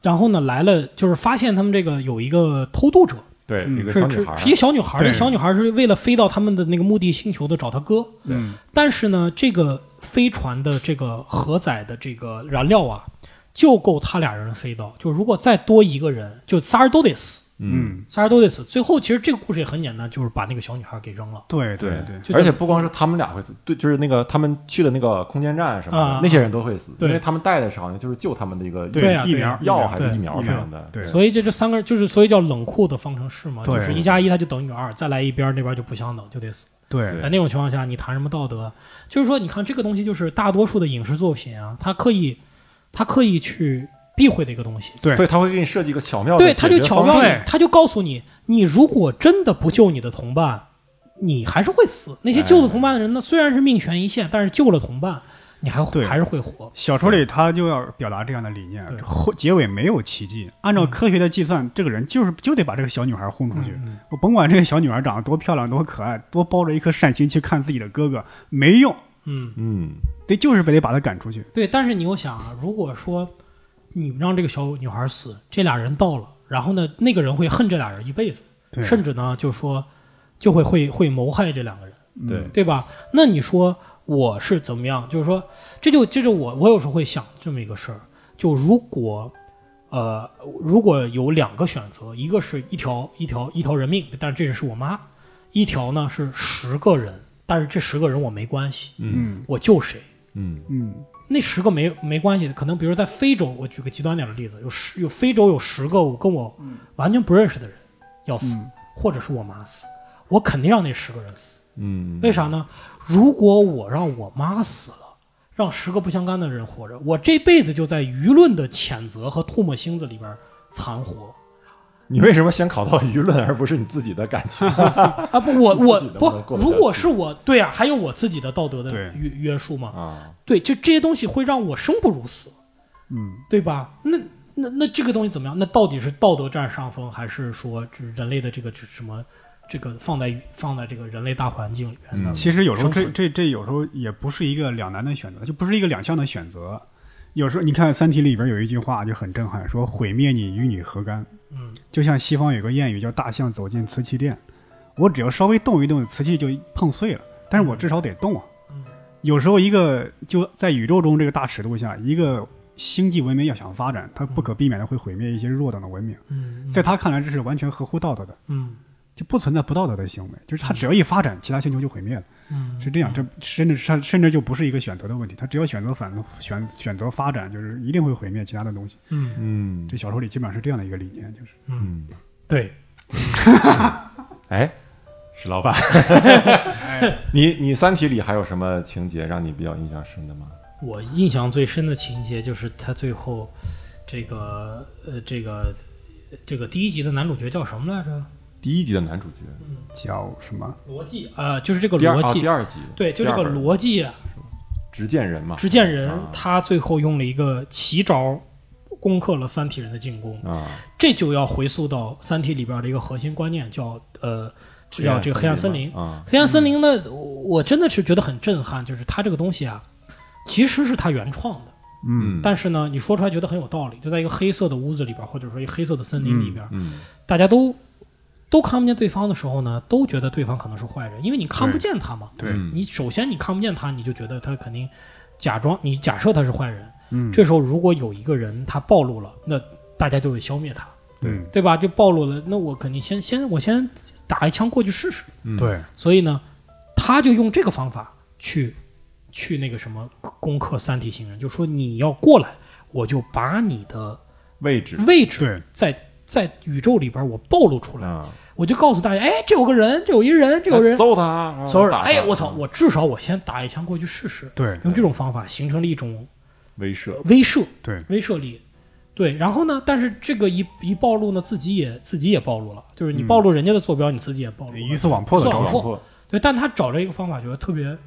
S2: 然后呢来了，就是发现他们这个有一个偷渡者，
S1: 对，
S3: 嗯
S1: 一个
S2: 是
S1: 小女
S2: 是
S1: 孩儿啊
S2: 是一个小女孩儿，
S3: 对
S2: 那小女孩儿是为了飞到他们的那个目的星球的找她哥，
S3: 嗯
S2: 但是呢，这个飞船的这个核载的这个燃料啊，就够他俩人飞到，就如果再多一个人，就仨人都得死，
S1: 嗯，
S3: 嗯，
S2: 仨人都得死。最后其实这个故事也很简单，就是把那个小女孩儿给扔了。
S3: 对对对，
S2: 就
S1: 而且不光是他们俩会死，对，就是那个他们去的那个空间站什么
S2: 啊
S1: 的，那些人都会死，
S2: 对
S1: 因为他们带的是好像就是救他们的一个
S2: 对啊
S3: 疫苗
S1: 药还是
S2: 对
S1: 疫苗什么的，
S3: 对，
S2: 所以这这三个人就是，所以叫冷酷的方程式嘛，
S3: 对
S2: 就是一加一它就等于二，再来一边儿那边儿就不相等，就得死。
S3: 对
S1: 对
S2: 在呃那种情况下，你谈什么道德？就是说，你看这个东西，就是大多数的影视作品啊，它刻意，它刻意去避讳的一个东西。
S3: 对
S1: 对，他会给你设计一个巧妙的
S2: 对，他就
S1: 解决
S2: 巧
S1: 方
S2: 妙
S1: 式
S2: 地
S3: 对，
S2: 他就告诉你，你如果真的不救你的同伴，你还是会死。那
S1: 哎
S2: 些救了同伴的人呢，虽然是命悬一线，但是救了同伴，你还
S3: 对
S2: 还是会活。
S3: 小说里他就要表达这样的理念
S2: 对，
S3: 后结尾没有奇迹，按照科学的计算，这个人就是就得把这个小女孩轰出去。
S2: 嗯
S3: 我甭管这个小女孩长得多漂亮、多可爱，多抱着一颗善心去看自己的哥哥，没用，
S2: 嗯，
S1: 嗯，
S3: 得就是得把他赶出去。
S2: 对。但是你又想啊，如果说你让这个小女孩死，这俩人到了，然后呢，那个人会恨这俩人一辈子，
S3: 对，啊
S2: 甚至呢，就说就会会会谋害这两个人。
S3: 嗯
S1: 对
S2: 对吧？那你说我是怎么样？就是说，这就这就我我有时候会想这么一个事儿，就如果呃如果有两个选择，一个是一条一条一条人命，但这是我妈；一条呢是十个人，但是这十个人我没关系，
S1: 嗯
S3: 嗯
S2: 我救谁？
S1: 嗯
S3: 嗯
S2: 那十个没没关系的，可能比如在非洲，我举个极端点的例子，有十有非洲有十个我跟我完全不认识的人要死，
S3: 嗯
S2: 或者是我妈死，我肯定让那十个人死。
S1: 嗯，
S2: 为啥呢？如果我让我妈死了，让十个不相干的人活着，我这辈子就在舆论的谴责和唾沫星子里边残活
S1: 你为什么先考到舆论而不是你自己的感 情？
S2: 啊！不，我我
S1: 自己能不能
S2: 不，
S1: 过得
S2: 如
S1: 下
S2: 果
S1: 去
S2: 是我对啊，还有我自己的道德的
S3: 对
S2: 约约束嘛，
S1: 啊，
S2: 对，就这些东西会让我生不如死，
S3: 嗯，
S2: 对吧？那那那这个东西怎么样？那到底是道德占上风，还是说就是人类的这个这什么这个放在放在这个人类大环境里边
S1: 嗯
S2: 呢？
S3: 其实有时候这
S2: 生存
S3: 这这有时候也不是一个两难的选择，就不是一个两项的选择。有时候你看《三体》里边有一句话就很震撼，说“毁灭你与你何干”。
S2: 嗯，
S3: 就像西方有个谚语叫“大象走进瓷器店”，我只要稍微动一动，瓷器就碰碎了，但是我至少得动啊。
S2: 嗯
S3: 有时候一个就在宇宙中这个大尺度下，一个星际文明要想发展，它不可避免的会毁灭一些弱等的文明。
S2: 嗯
S3: 在他看来，这是完全合乎道德的，
S2: 嗯
S3: 就不存在不道德的行为。就是他只要一发展，其他星球就毁灭了，
S2: 嗯
S3: 是这样。这甚至他甚至就不是一个选择的问题，他只要选择反选选择发展，就是一定会毁灭其他的东西。
S2: 嗯
S1: 嗯
S3: 这小说里基本上是这样的一个理念，就是
S2: 嗯
S1: 嗯
S2: 对，
S1: 哎，石 老板，
S3: 哎，
S1: 你你《三体》里还有什么情节让你比较印象深的吗？
S2: 我印象最深的情节就是他最后这个呃这个这个第一集的男主角叫什么来着？
S1: 第一集的男主角，
S3: 叫什么？
S2: 逻辑呃，就是这个
S1: 第二
S2: 逻
S1: 啊
S2: 辑，
S1: 第二集，
S2: 对，就这
S1: 第二
S2: 个
S1: 本
S2: 逻辑啊，
S1: 执剑人嘛，
S2: 执剑人
S1: 啊
S2: 他最后用了一个奇招。攻克了三体人的进攻，
S1: 啊，
S2: 这就要回溯到《三体》里边的一个核心观念，叫呃，这叫这个黑暗森林。
S1: 嘛啊，
S2: 黑暗森林呢，我我真的是觉得很震撼，就是它这个东西啊，其实是它原创的，
S3: 嗯，
S2: 但是呢，你说出来觉得很有道理，就在一个黑色的屋子里边，或者说一个黑色的森林里边，
S1: 嗯
S2: 大家都都看不见对方的时候呢，都觉得对方可能是坏人，因为你看不见他嘛。
S3: 对，
S1: 嗯
S2: 你首先你看不见他，你就觉得他肯定假装，你假设他是坏人。
S3: 嗯，
S2: 这时候如果有一个人他暴露了，那大家就得消灭他，
S3: 嗯
S2: 对吧？就暴露了，那我肯定先先我先打一枪过去试试。
S1: 嗯，
S3: 对，
S2: 所以呢，他就用这个方法去去那个什么攻克三体星人，就说你要过来，我就把你的
S1: 位置
S2: 位置
S3: 对，
S2: 在在宇宙里边我暴露出来，
S1: 啊，哎
S2: 我就告诉大家，哎，这有个人，这有一人，这有人，
S1: 揍他，然后
S2: 所有人，
S1: 打他啊嗯
S2: 哎，我操，我至少我先打一枪过去试试，
S3: 对，
S2: 用这种方法形成了一种
S1: 威慑，
S2: 威慑，
S3: 对，
S2: 威慑力。对，然后呢？但是这个一一暴露呢，自己也自己也暴露了，就是你
S3: 嗯
S2: 暴露人家的坐标，你自己也暴露了。
S3: 鱼死网破的
S2: 鱼死嗯
S3: 状
S2: 网
S3: 况，
S2: 破对，但他找这一个方法，觉得特别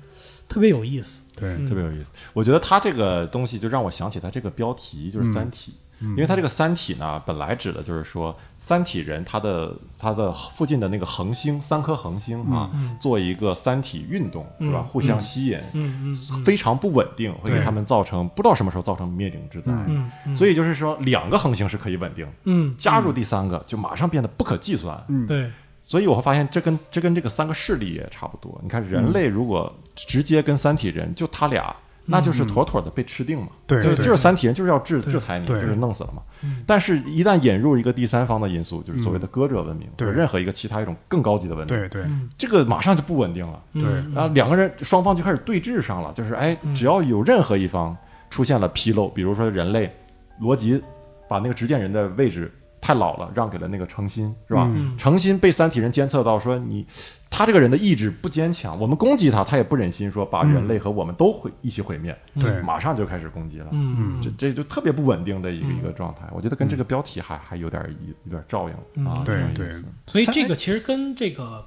S2: 特别有意思。
S3: 对，
S2: 嗯
S1: 特别有意思。我觉得他这个东西就让我想起他这个标题就是
S2: 嗯
S1: 《三体》，因为他这个《三体》呢，本来指的就是说三体人他的他的附近的那个恒星三颗恒星啊，
S2: 嗯
S1: 做一个三体运动，
S2: 嗯
S1: 是吧？互相吸引，
S2: 嗯嗯嗯
S1: 非常不稳定，会给
S3: 对
S1: 他们造成不知道什么时候造成灭顶之灾。
S3: 嗯
S2: 嗯，嗯
S1: 所以就是说，两个恒星是可以稳定的，
S2: 嗯
S1: 加入第三个就马上变得不可计算。
S3: 嗯，
S2: 对
S1: 所以我会发现，这跟这跟这个三个势力也差不多。你看，人类如果直接跟三体人就他俩，那就是妥妥的被吃定嘛。
S3: 嗯对
S1: 就是
S3: 对
S1: 就是三体人就是要制
S2: 对
S1: 制裁你，就
S3: 对
S1: 是弄死了嘛
S2: 嗯。
S1: 但是，一旦引入一个第三方的因素，就是所谓的哥者文明，
S3: 嗯对
S1: 或者任何一个其他一种更高级的文明，
S3: 对对，
S2: 嗯
S1: 这个马上就不稳定了。
S2: 嗯
S3: 对
S2: 嗯
S1: 然后两个人双方就开始对峙上了，就是哎
S2: 嗯，
S1: 只要有任何一方出现了纰漏，比如说人类罗辑把那个执剑人的位置太老了，让给了那个程心，是吧？
S2: 嗯
S1: 程心被三体人监测到，说你他这个人的意志不坚强，我们攻击他，他也不忍心说把人类和我们都毁一起毁灭，
S3: 嗯对
S1: 马上就开始攻击了。
S2: 嗯
S1: 这这就特别不稳定的一个
S2: 嗯
S1: 一个状态，我觉得跟这个标题还还有点一有点照应
S2: 嗯
S1: 啊，
S3: 嗯对
S1: 挺有意
S3: 对
S1: 思的
S2: 所以这个其实跟这个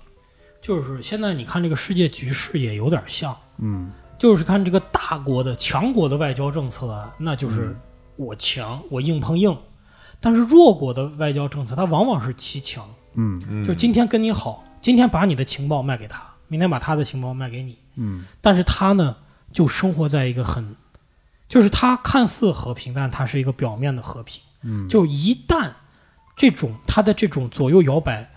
S2: 就是现在你看这个世界局势也有点像，
S3: 嗯，
S2: 就是看这个大国的强国的外交政策啊，那就是我强我硬碰硬，但是弱国的外交政策它往往是其强，
S3: 嗯
S1: 嗯
S2: 就今天跟你好，今天把你的情报卖给他，明天把他的情报卖给你，
S3: 嗯，
S2: 但是他呢，就生活在一个很，就是他看似和平，但他是一个表面的和平。
S3: 嗯，
S2: 就一旦这种他的这种左右摇摆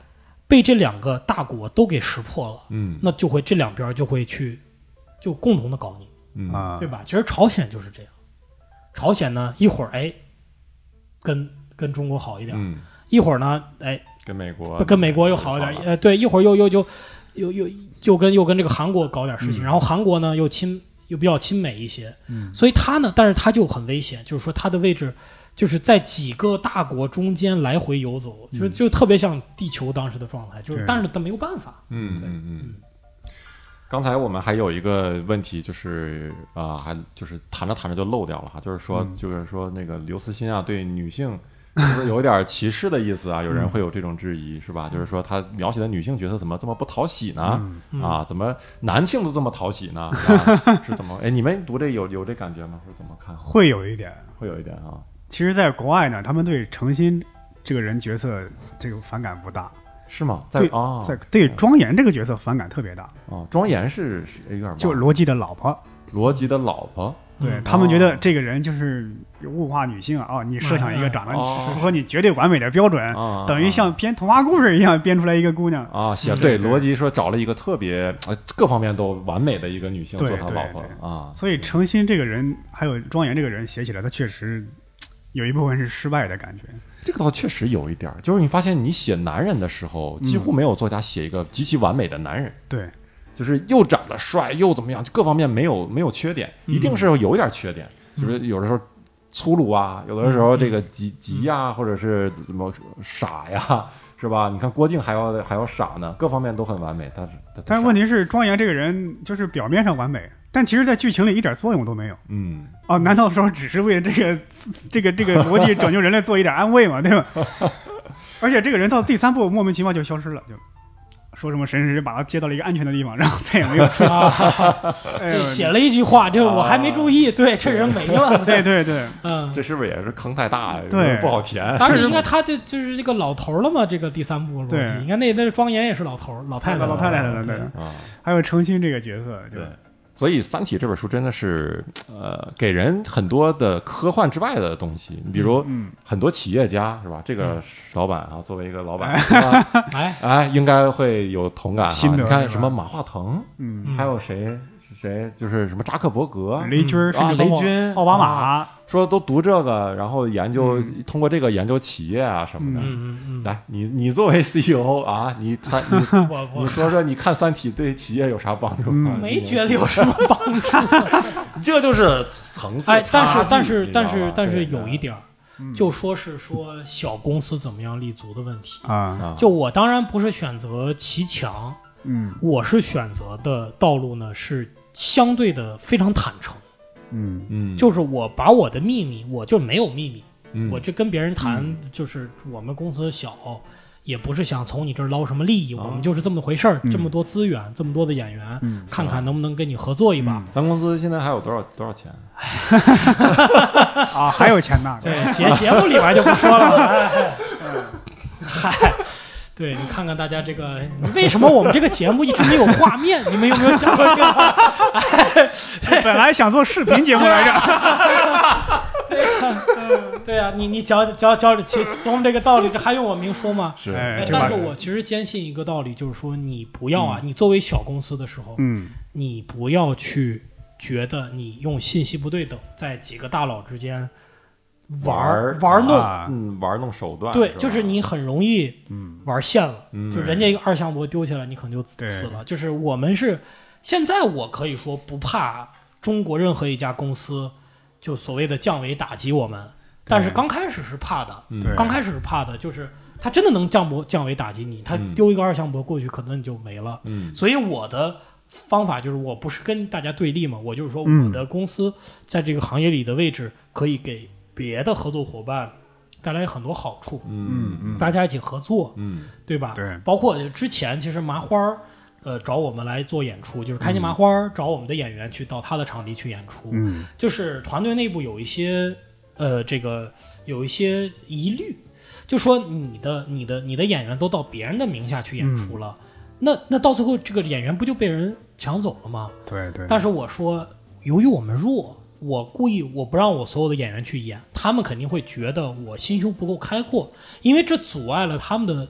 S2: 被这两个大国都给识破了，
S1: 嗯
S2: 那就会这两边就会去就共同的搞你，
S1: 嗯
S3: 啊，
S2: 对吧？其实朝鲜就是这样，朝鲜呢一会儿哎跟跟中国好一点，
S1: 嗯，
S2: 一会儿呢哎
S1: 跟美国
S2: 跟美国又好一点，
S1: 了
S2: 呃，对，一会儿又又就又又又跟又跟这个韩国搞点事情，然后韩国呢又亲又比较亲美一些，
S3: 嗯
S2: 所以他呢，但是他就很危险，就是说他的位置就是在几个大国中间来回游走，就就特别像地球当时的状态，就是
S3: 对
S2: 但是他没有办法，
S1: 嗯
S2: 对
S1: 嗯嗯。刚才我们还有一个问题，就是啊、还就是谈着谈着就漏掉了哈，就是说，
S3: 嗯
S1: 就是说那个刘慈欣啊，对女性 是不是有点歧视的意思啊？有人会有这种质疑，是吧？就是说他描写的女性角色怎么这么不讨喜呢？
S3: 嗯
S2: 嗯
S1: 啊，怎么男性都这么讨喜呢？ 啊、是怎么？哎，你们读这有有这感觉吗？是怎么看？
S3: 会有一点。
S1: 会有一点啊，
S3: 其实，在国外呢，他们对程心这个人角色这个反感不大，
S1: 是吗？在
S3: 对
S1: 啊
S3: 在对庄严这个角色反感特别大，
S1: 啊，庄严是是有点忘了
S3: 就罗辑的老婆，
S1: 罗辑的老婆，
S3: 对
S2: 嗯
S3: 他们觉得这个人就是物化女性啊，哦，你设想一个长得
S1: 哦
S3: 符合你绝对完美的标准，
S1: 啊
S3: 等于
S1: 啊
S3: 像编童话故事一样编出来一个姑娘，
S1: 啊，写
S2: 嗯
S1: 对
S3: 对对
S1: 罗辑说找了一个特别呃各方面都完美的一个女性
S3: 对
S1: 做他老婆
S3: 对对
S1: 啊，
S3: 所以程心这个人还有庄严这个人写起来，他确实嘖有一部分是失败的感觉，
S1: 这个倒确实有一点儿，就是你发现你写男人的时候，几乎没有作家写一个极其完美的男人，
S3: 对
S1: 就是又长得帅又怎么样，就各方面没有没有缺点，
S3: 嗯
S1: 一定是有一点缺点，就是有的时候。
S3: 嗯
S1: 粗鲁啊，有的时候这个急急呀、或者是怎么傻呀，是吧？你看郭靖还要还要傻呢，各方面都很完美，但是他
S3: 但是问，题是，庄严这个人就是表面上完美，但其实，在剧情里一点作用都没有。
S1: 嗯，
S3: 哦，难道说只是为了这个 这个这个逻辑拯救人类做一点安慰吗？ 对吧？而且这个人到第三部莫名其妙就消失了，就说什么神神把他接到了一个安全的地方，然后他也 没有出。
S2: 啊，
S3: 哎呦
S2: 写了一句话，这我还没注意，对，这人没 了，
S3: 对对对，
S2: 嗯，
S1: 这是不是也是坑太大，
S3: 对
S1: 有点不好填？
S2: 当时应该他这就是这个老头了嘛，这个第三部逻
S3: 对
S2: 辑，应该那那庄严也是老头儿老太太，
S1: 老
S3: 太太了对
S1: 啊，
S3: 还有程心这个角 色，就
S1: 对。所以《三体》这本书真的是，呃，给人很多的科幻之外的东西。你比如
S3: 嗯，
S1: 很多企业家是吧？这个老板啊，作为一个老 板，是吧
S2: 哎，
S1: 哎，应该会有同感哈。
S3: 心得
S1: 你看
S3: 是吧
S1: 什么马化腾，
S3: 嗯，
S2: 嗯
S1: 还有谁谁就是什么扎克伯格，
S3: 雷军儿是
S1: 啊，
S3: 个
S1: 雷
S3: 包括
S1: 军、
S3: 奥巴
S1: 啊
S3: 马，
S1: 说都读这个，然后研究
S3: 哦嗯
S1: 通过这个研究企业啊什么的。
S2: 嗯嗯嗯，
S1: 来，你你作为 CEO 啊，你参你
S2: 我
S1: 你
S2: 我
S1: 说说，你看《三体》对企业有啥帮助啊吗？
S3: 嗯
S2: 没觉得有什么帮 助，
S1: 这就是层次
S2: 哎，但
S1: 差
S2: 是
S1: 距
S2: 但
S1: 你
S2: 是
S1: 知道
S2: 但
S1: 吧
S2: 是但是
S1: 对
S2: 有一点儿，
S3: 嗯
S2: 就说是说小公司怎么样立足的问题。
S3: 啊，
S1: 啊，
S2: 就我当然不是选择骑墙，
S3: 嗯
S2: 我是选择的道路呢是相对的非常坦诚，
S3: 嗯
S1: 嗯，
S2: 就是我把我的秘密，我就没有秘密，
S1: 嗯
S2: 我就跟别人谈，就是我们公司小，也不是想从你这儿捞什么利益，
S1: 啊
S2: 我们就是这么回事儿，
S3: 嗯
S2: 这么多资源，这么多的演员，
S3: 嗯，
S2: 看看能不能跟你合作一把。
S1: 咱公司现在还有多少多少钱？
S3: 啊，还有钱 呐，
S2: 对节节目里边就不说了。 哎嗨，对你看看大家这个，为什么我们这个节目一直没有画面？你们有没有想过这个？
S3: 本来想做视频节目来着，
S2: 对啊，你你讲讲讲，其实从这个道理，这还用我明说吗？
S1: 是
S3: 哎
S2: 哎
S3: 这
S2: 但是
S3: 玩意儿
S2: 我其实坚信一个道理，就是说你不要啊，你作为小公司的时候，
S3: 嗯
S2: 你不要去觉得你用信息不对等，在几个大佬之间玩儿
S1: 玩儿
S2: 玩弄，
S3: 啊
S1: 嗯，玩弄手段，
S2: 对，
S1: 吧
S2: 就是，你很容易
S3: 嗯
S2: 玩线了。
S1: 嗯
S2: 就人家一个二向箔丢下来，你可能就
S3: 对
S2: 死了。就是我们是现在，我可以说不怕中国任何一家公司就所谓的降维打击我们，但是刚开始是怕的，
S1: 嗯
S3: 对
S2: 刚开始是怕的，就是他真的能降波降维打击你，他
S1: 嗯
S2: 丢一个二向箔过去，可能你就没了。
S1: 嗯
S2: 所以我的方法就是，我不是跟大家对立嘛，我就是说
S3: 嗯
S2: 我的公司在这个行业里的位置可以给别的合作伙伴带来很多好处，
S1: 嗯
S3: 嗯嗯，
S2: 大家一起合作，
S1: 嗯
S2: 对吧？
S3: 对
S2: 包括之前其实麻花儿，呃，找我们来做演出，就是开心麻花儿找我们的演员去到他的场地去演出，
S3: 嗯
S2: 就是团队内部有一些呃这个有一些疑虑，就说你的你的你的演员都到别人的名下去演出了，那那到最后这个演员不就被人抢走了吗？
S3: 对对，
S2: 但是我说，由于我们弱。我故意我不让我所有的演员去演，他们肯定会觉得我心胸不够开阔，因为这阻碍了他们的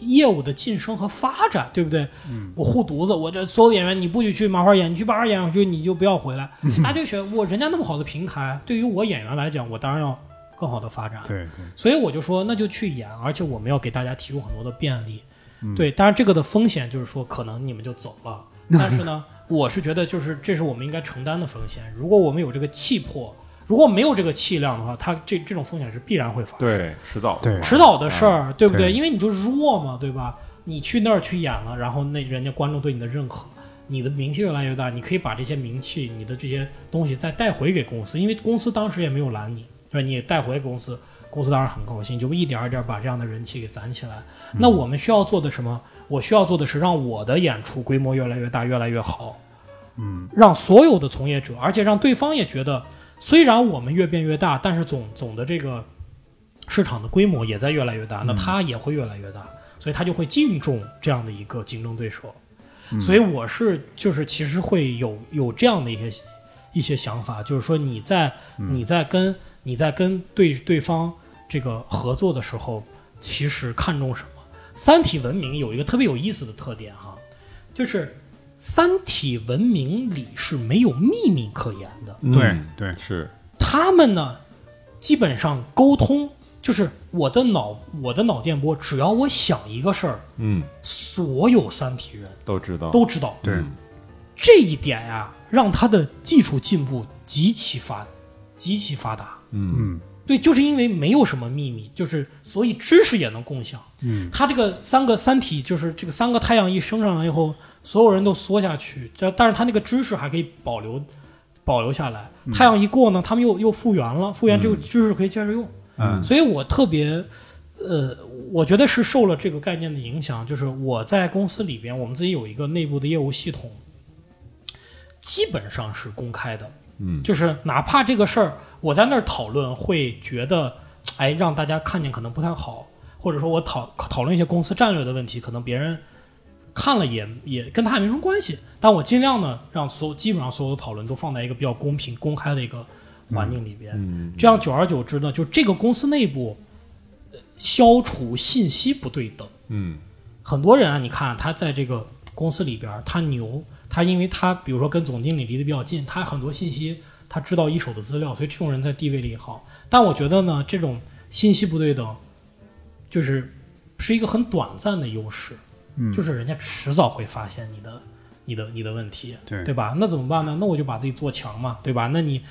S2: 业务的晋升和发展，对不对？
S3: 嗯
S2: 我护犊子，我这所有的演员你不许去麻花演，你去麻花演，我就你就不要 回来。大家就觉得我人家那么好的平台，对于我演员来讲，我当然要更好的发展。
S3: 对对，
S2: 所以我就说，那就去演，而且我们要给大家提供很多的便利。
S3: 嗯
S2: 对，当然这个的风险就是说，可能你们就走了。但是呢，我是觉得就是这是我们应该承担的风险。如果我们有这个气魄，如果没有这个气量的话，它这这种风险是必然会发生，
S1: 对，迟早
S3: 对啊
S2: 迟早的事
S1: 儿，
S2: 儿，对不对？
S3: 对
S2: 因为你就弱嘛，对吧？你去那儿去演了，然后那人家观众对你的认可。你的名气越来越大，你可以把这些名气、你的这些东西再带回给公司，因为公司当时也没有拦你，对吧？你也带回公司，公司当然很高兴，就一点儿一点儿把这样的人气给攒起来。
S3: 嗯
S2: 那我们需要做的什么？我需要做的是让我的演出规模越来越大，越来越好，
S3: 嗯
S2: 让所有的从业者，而且让对方也觉得，虽然我们越变越大，但是总总的这个市场的规模也在越来越大，
S3: 嗯
S2: 那它也会越来越大，所以它就会敬重这样的一个竞争对手。
S3: 嗯
S2: 所以我是就是其实会有有这样的一些一些想法，就是说你在
S3: 嗯
S2: 你在跟你在跟对对方这个合作的时候，其实看重什么？三体文明有一个特别有意思的特点哈，就是三体文明里是没有秘密可言的，
S1: 嗯
S3: 对对
S1: 是，
S2: 他们呢基本上沟通就是我的脑我的脑电波，只要我想一个事儿，
S1: 嗯，
S2: 所有三体人
S1: 都知道，
S2: 都知道。
S3: 对
S1: 嗯
S2: 这一点呀、让它的技术进步极其发极其发达。
S1: 嗯
S3: 嗯
S2: 对，就是因为没有什么秘密，就是所以知识也能共享。
S3: 嗯，
S2: 他这个三个三体，就是这个三个太阳一升上来以后，所有人都缩下去，这但是他那个知识还可以保留保留下来。太阳一过呢，他们又又复原了，复原这个
S1: 嗯
S2: 知识可以接着用。
S3: 嗯
S2: 所以我特别，呃，我觉得是受了这个概念的影响，就是我在公司里边，我们自己有一个内部的业务系统，基本上是公开的，
S1: 嗯
S2: 就是哪怕这个事儿我在那儿讨论，会觉得，哎，让大家看见可能不太好，或者说我讨讨论一些公司战略的问题，可能别人看了也也跟他也没什么关系，但我尽量呢让所有基本上所有的讨论都放在一个比较公平公开的一个环境里边，
S1: 嗯
S2: 这样久而久之呢，就这个公司内部呃消除信息不对等。
S1: 嗯
S2: 很多人啊，你看他在这个公司里边儿，他牛，他因为他比如说跟总经理离得比较近，他很多信息他知道一手的资料，所以这种人在地位里好。但我觉得呢，这种信息不对等，就是是一个很短暂的优势，
S3: 嗯
S2: 就是人家迟早会发现你的、你的、你的问题，
S3: 对
S2: 对吧？那怎么办呢？那我就把自己做强嘛，对吧？那你。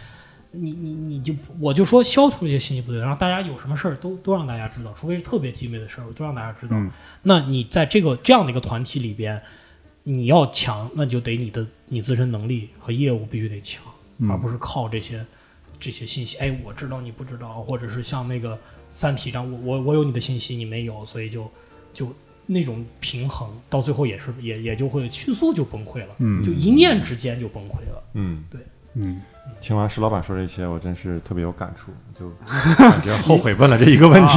S2: 你你你就我就说消除这些信息不对等，让大家有什么事儿都都让大家知道，除非是特别机密的事儿，我都让大家知道。
S3: 嗯
S2: 那你在这个这样的一个团体里边，你要强，那就得你的你自身能力和业务必须得强，
S3: 嗯
S2: 而不是靠这些这些信息。哎，我知道你不知道，或者是像那个《三体》这样，我我我有你的信息，你没有，所以就就那种平衡到最后也是也也就会迅速就崩溃了，
S3: 嗯
S2: 就一念之间就崩溃了。
S1: 嗯，
S3: 嗯，
S1: 听完石老板说这些，我真是特别有感触，就感觉后悔问了这一个问题。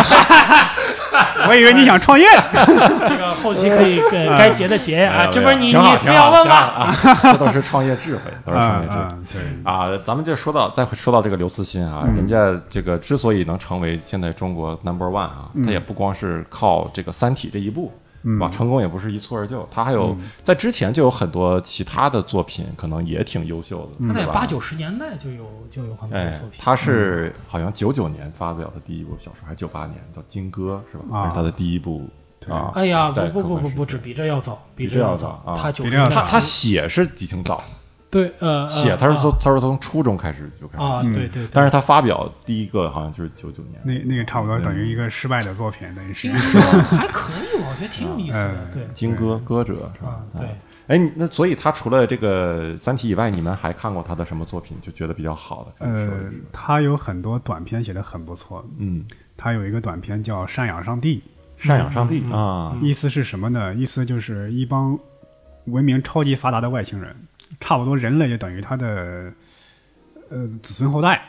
S1: 啊
S3: 我以为你想创业呢。
S2: 这个后期可以给该结的结
S1: 哎
S2: 啊，
S1: 呀
S2: 这不是你你
S1: 挺好
S2: 非要问
S1: 挺
S2: 吗？？
S1: 好挺好啊这都是创业智慧，都是 创业智慧。
S3: 嗯，对，
S1: 啊，咱们就说到再说到这个刘慈欣啊，人家这个之所以能成为现在中国 number one 啊，他也不光是靠这个《三体》这一部，是吧？成功也不是一蹴而就，他还有在之前就有很多其他的作品，可能也挺优秀的，
S2: 他在
S1: 对吧
S2: 八。九十年代就有就有很多
S1: 哎
S2: 作品，，
S1: 他是好像九九年发表的第一部小说，还是九八年叫《金戈》是吧？
S3: 啊
S1: 还是他的第一部啊？
S2: 哎呀，
S1: 在
S2: 不不
S1: 科
S2: 不
S1: 幻
S2: 不
S1: 世
S2: 不
S1: 界
S2: 止比这要早，比
S1: 比
S2: 这
S1: 这要
S2: 要
S1: 早啊
S2: 他九
S3: 比这要
S1: 他
S3: 早
S1: 他写是挺早，
S2: 对呃
S1: 写
S2: 呃
S1: 他是
S2: 啊
S1: 从他是从初中开始就开始
S2: 啊，
S1: 写，
S2: 对对对，
S1: 但是他发表第一个好像就是九九年，
S3: 那那个差不多等于一个失败的作品，等于是
S2: 这个。说还可以吧，我觉得挺有意思的
S3: 嗯，
S2: 对
S1: 金歌歌者是吧
S2: 啊？对
S1: 哎。哎，你那所以他除了这个《三体》以外，你们还看过他的什么作品？就觉得比较好的？可以说一
S3: 呃
S1: 说，
S3: 他有很多短片写的很不错，
S1: 嗯，
S3: 他有一个短片叫《赡养上帝
S1: 赡养上
S2: 嗯
S3: 嗯
S1: 帝啊》，，
S3: 意思是什么呢？意思就是一帮文明超级发达的外星人，差不多人类也等于他的呃子孙后代，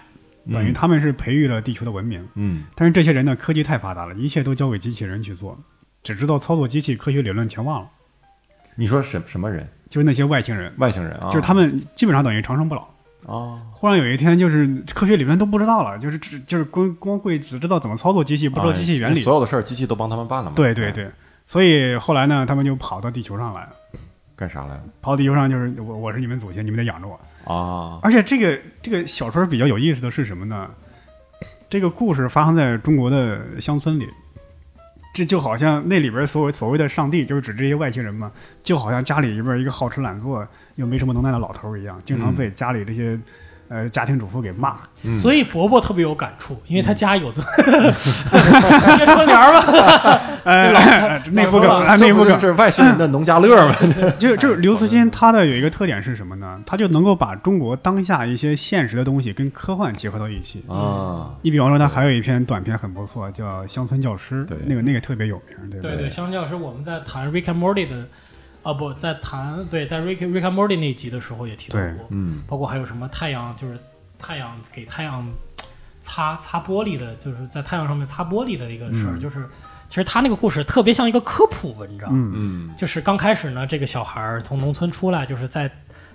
S3: 等于他们是培育了地球的文明。
S1: 嗯
S3: 但是这些人呢，科技太发达了，一切都交给机器人去做，只知道操作机器，科学理论全忘了。
S1: 你说什什么人？
S3: 就是那些外星人，
S1: 外星人啊？
S3: 就是他们基本上等于长生不老。
S1: 啊，
S3: 忽然有一天，就是科学理论都不知道了，就是只就是光光会只知道怎么操作机器，不知道机器原
S1: 哎
S3: 理。
S1: 所有的事儿机器都帮他们办了嘛？
S3: 对对
S1: 哎，
S3: 对，所以后来呢，他们就跑到地球上来了。
S1: 干啥来了？
S3: 跑到地球上就是我我是你们祖先，你们得养着我。
S1: 啊，
S3: 而且这个这个小说比较有意思的是什么呢？这个故事发生在中国的乡村里，这就好像那里边所谓所谓的上帝，就是指这些外星人嘛，就好像家里边一个好吃懒做又没什么能耐的老头儿一样，经
S2: 嗯
S3: 常被家里这些、呃家庭主妇给骂。
S1: 嗯
S2: 所以伯伯特别有感触，因为他家 有这 贴窗帘儿吧，
S3: 呃， 内部梗
S2: 哎老头儿
S3: 啊，内部
S1: 这
S3: 梗
S1: 不，就是外星人的农家乐 吗？
S3: 就就是刘慈欣他的有一个特点是什么呢？他就能够把中国当下一些现实的东西跟科幻结合到一起。
S1: 啊，
S3: 你比方说，他还有一篇短片很不错，叫《乡村教师》，
S1: 对
S3: 那个那个特别有名，对不
S2: 对
S1: 对
S2: 对，相教师我们在谈 Rick and Morty 的，啊不，在谈对，在 Rick Rick and Morty 那集的时候也提到
S3: 对
S2: 过，
S1: 嗯
S2: 包括还有什么太阳，就是太阳给太阳擦擦玻璃的，就是在太阳上面擦玻璃的一个事儿，
S3: 嗯
S2: 就是其实他那个故事特别像一个科普文章，
S3: 嗯
S1: 嗯
S2: 就是刚开始呢，这个小孩儿从农村出来，就是在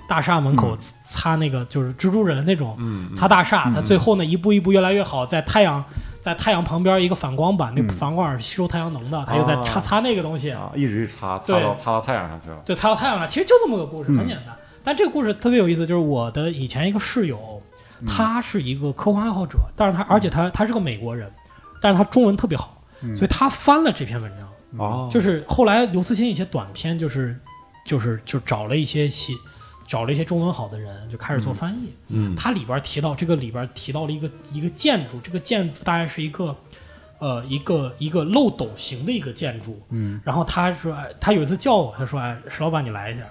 S2: 大厦门口擦那个就是蜘蛛人那种，
S1: 嗯
S2: 擦大厦，
S3: 嗯
S2: 它最后呢一步一步越来越好，在太阳在太阳旁边一个反光板，那
S3: 嗯
S2: 反光板是吸收太阳能的，他又在擦
S1: 啊
S2: 擦那个东西，
S1: 啊，一直擦擦
S2: 对
S1: 到擦到太阳上去了。
S2: 对，擦到太阳了，其实就这么个故事，
S3: 嗯
S2: 很简单。但这个故事特别有意思，就是我的以前一个室友，
S3: 嗯
S2: 他是一个科幻爱好者，但是他而且他他是个美国人，但是他中文特别好，
S3: 嗯
S2: 所以他翻了这篇文章。
S1: 哦，
S2: 就是后来刘慈欣一些短篇，就是就是就找了一些写找了一些中文好的人，就开始做翻译。
S1: 嗯
S2: 它里边提到这个里边提到了一个一个建筑，这个建筑大概是一个，呃，一个一个漏斗形的一个建筑。
S3: 嗯，
S2: 然后他说，哎他有一次叫我，他说，哎，石老板你来一下，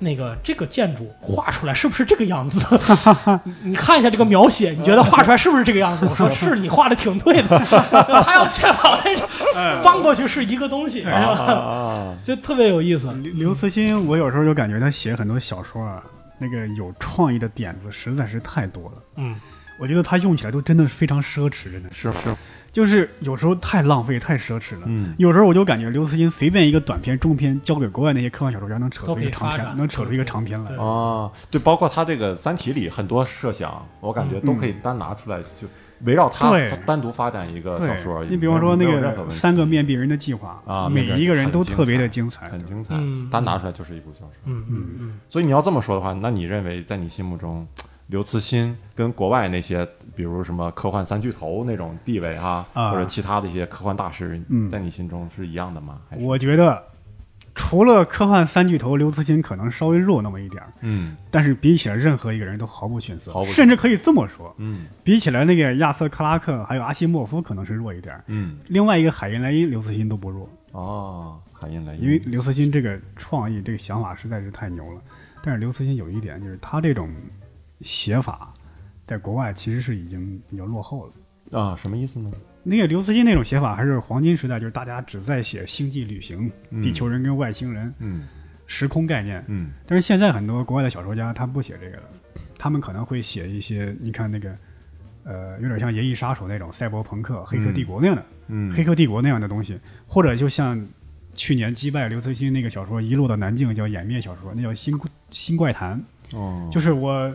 S2: 那个这个建筑画出来是不是这个样子？ 你你看一下这个描写，你觉得画出来是不是这个样子？我说是，你画的挺对的。 对他要确保这是
S3: 哎
S2: 翻过去是一个东西，是
S1: 啊啊
S2: 吧
S1: 啊！
S2: 就特别有意思。
S3: 刘刘慈欣，我有时候就感觉他写很多小说啊，那个有创意的点子实在是太多了。
S2: 嗯，
S3: 我觉得他用起来都真的是非常奢侈，真的是
S1: 是是，
S3: 就是有时候太浪费、太奢侈了。
S1: 嗯
S3: 有时候我就感觉刘慈欣随便一个短篇、中篇交给国外那些科幻小说家，能扯
S2: 都
S3: 出
S2: 可以
S3: 一个长
S2: 发展
S3: 篇，能扯出一个长篇来
S2: 对。
S1: 啊，对，包括他这个《三体》里很多设想，我感觉都可以单拿出来，就围绕他
S3: 对
S1: 单独发展一个小说。
S3: 对，你比方说
S1: 没
S3: 那
S1: 有任何
S3: 个
S1: 问题
S3: 三个面壁人的计划
S1: 啊
S3: 每一个人都特别的精彩。
S1: 很精彩
S2: 嗯，
S1: 单拿出来就是一部小说。
S2: 嗯嗯嗯，
S1: 所以你要这么说的话，那你认为在你心目中，刘慈欣跟国外那些，比如什么科幻三巨头那种地位哈，
S3: 啊
S1: 或者其他的一些科幻大师，
S3: 嗯
S1: 在你心中是一样的吗？还是
S3: 我觉得除了科幻三巨头刘慈欣可能稍微弱那么一点儿，
S1: 嗯
S3: 但是比起来任何一个人都毫不逊色
S1: 毫，不逊色
S3: 甚至可以这么说，
S1: 嗯
S3: 比起来那个亚瑟克拉克还有阿西莫夫可能是弱一点儿。
S1: 嗯
S3: 另外一个海因莱因刘慈欣都不弱，
S1: 哦，海因莱因，
S3: 因为刘慈欣这个创意、这个想法实在是太牛了。但是刘慈欣有一点就是他这种写法，在国外其实是已经比较落后了。
S1: 啊什么意思呢？
S3: 那个刘慈欣那种写法还是黄金时代，就是大家只在写星际旅行、
S1: 嗯
S3: 地球人跟外星人、
S1: 嗯
S3: 时空概念。
S1: 嗯
S3: 但是现在很多国外的小说家他不写这个了，他们可能会写一些，你看那个，呃，有点像《银翼杀手》那种赛博朋克、黑客帝国那样的、
S1: 嗯，
S3: 黑客帝国那样的东西，或者就像去年击败刘慈欣那个小说《一路到南京》叫掩面小说，那叫新新怪谈，
S1: 哦，
S3: 就是我。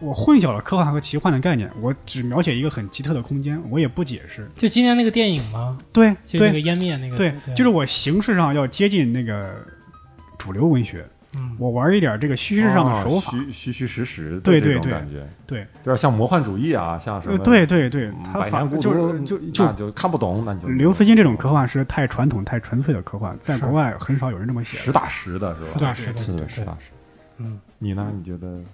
S3: 我混淆了科幻和奇幻的概念，我只描写一个很奇特的空间，我也不解释。
S2: 就今年那个电影吗？
S3: 对
S2: 就
S3: 对
S2: 那个，湮灭那个，
S3: 对，就是我形式上要接近那个主流文学，
S2: 嗯，
S3: 我玩一点这个虚实上的手
S1: 哦
S3: 法。
S1: 虚虚虚实实的
S3: 对
S1: 这
S3: 对
S1: 种
S3: 对
S1: 感觉，
S3: 对
S1: 有点像魔幻主义啊，像什
S3: 呃
S1: 么
S3: 对对对
S1: 嗯，
S3: 他
S1: 百
S3: 反
S1: 年孤独，嗯
S3: 就是呃就
S1: 那
S3: 就
S1: 就看不懂，那你就
S3: 刘慈欣这种科幻是太传统、太纯粹的科幻，在
S2: 是
S3: 国外很少有人这么写
S1: 实。打实的是吧？
S2: 实打实的
S1: 是
S2: 对
S1: 的，实打实。
S2: 嗯，
S1: 你呢？你觉
S3: 嗯
S1: 得？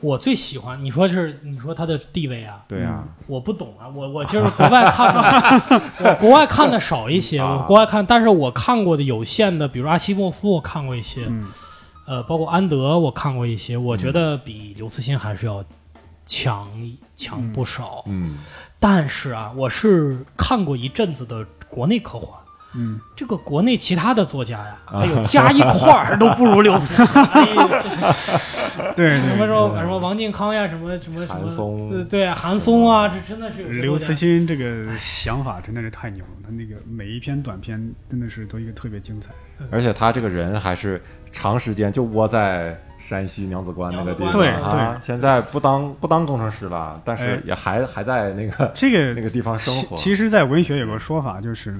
S2: 我最喜欢你说是你说他的地位啊，
S1: 对呀，
S2: 我不懂啊，我我就是国外看的， 我国外看的少一些，
S1: 啊
S2: 我国外看，但是我看过的有限的，比如阿西莫夫我看过一些，
S3: 嗯，
S2: 呃，包括安德我看过一些，我
S1: 嗯
S2: 觉得比刘慈欣还是要强强不少。
S1: 嗯
S2: 但是啊，我是看过一阵子的国内科幻。
S3: 嗯，
S2: 这个国内其他的作家呀，
S1: 啊
S2: 哎呦，加一块儿都不如刘慈 欣。哎呦，这是
S3: 对
S2: 什么
S3: 对
S2: 时候什么王靖康呀，什么什么什么，
S1: 嗯韩松
S2: 对对啊，韩松啊，这真的是有些
S3: 对，刘
S2: 作家
S3: 慈欣这个想法真的是太牛了，他那个每一篇短篇真的是都一个特别精彩。
S1: 而且他这个人还是长时间就窝在山西娘子关那个地方，
S3: 对
S1: 啊，现在不当不当工程师了，但是
S3: 哎
S1: 也还还在那个
S3: 这个
S1: 那个地方生
S3: 其
S1: 活。
S3: 其实，在文学有个说法，就是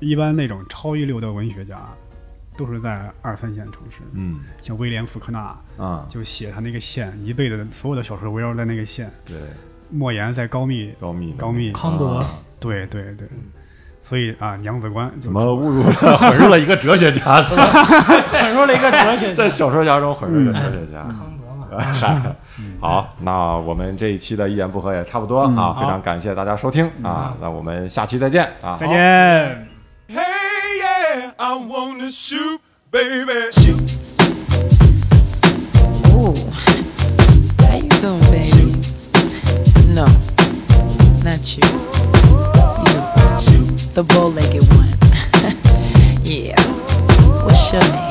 S3: 一般那种超一流的文学家，都是在二三线城市，
S1: 嗯
S3: 像威廉·福克纳，
S1: 啊，
S3: 就写他那个县，一辈子所有的小说围绕在那个县。
S1: 对，
S3: 莫言在高密，
S1: 高密
S3: 高密
S2: 康德
S1: 啊
S3: 对对对，所以啊，娘子关
S1: 怎么侮辱了 混入了一个哲学家？
S2: 混入了一个哲 学
S1: 在
S2: 家，
S1: 小说家中混入一个哲学家。
S2: 康德嘛。
S1: 嗨，好，那我们这一期的一言不合也差不多啊，非常感谢大家收听啊，那我们下期再见啊，
S3: 再见。
S4: Hey, yeah, I wanna shoot, baby, shoot.
S5: Ooh. How you doing, baby? No, not you. You. The bow legged one. yeah. What's your name?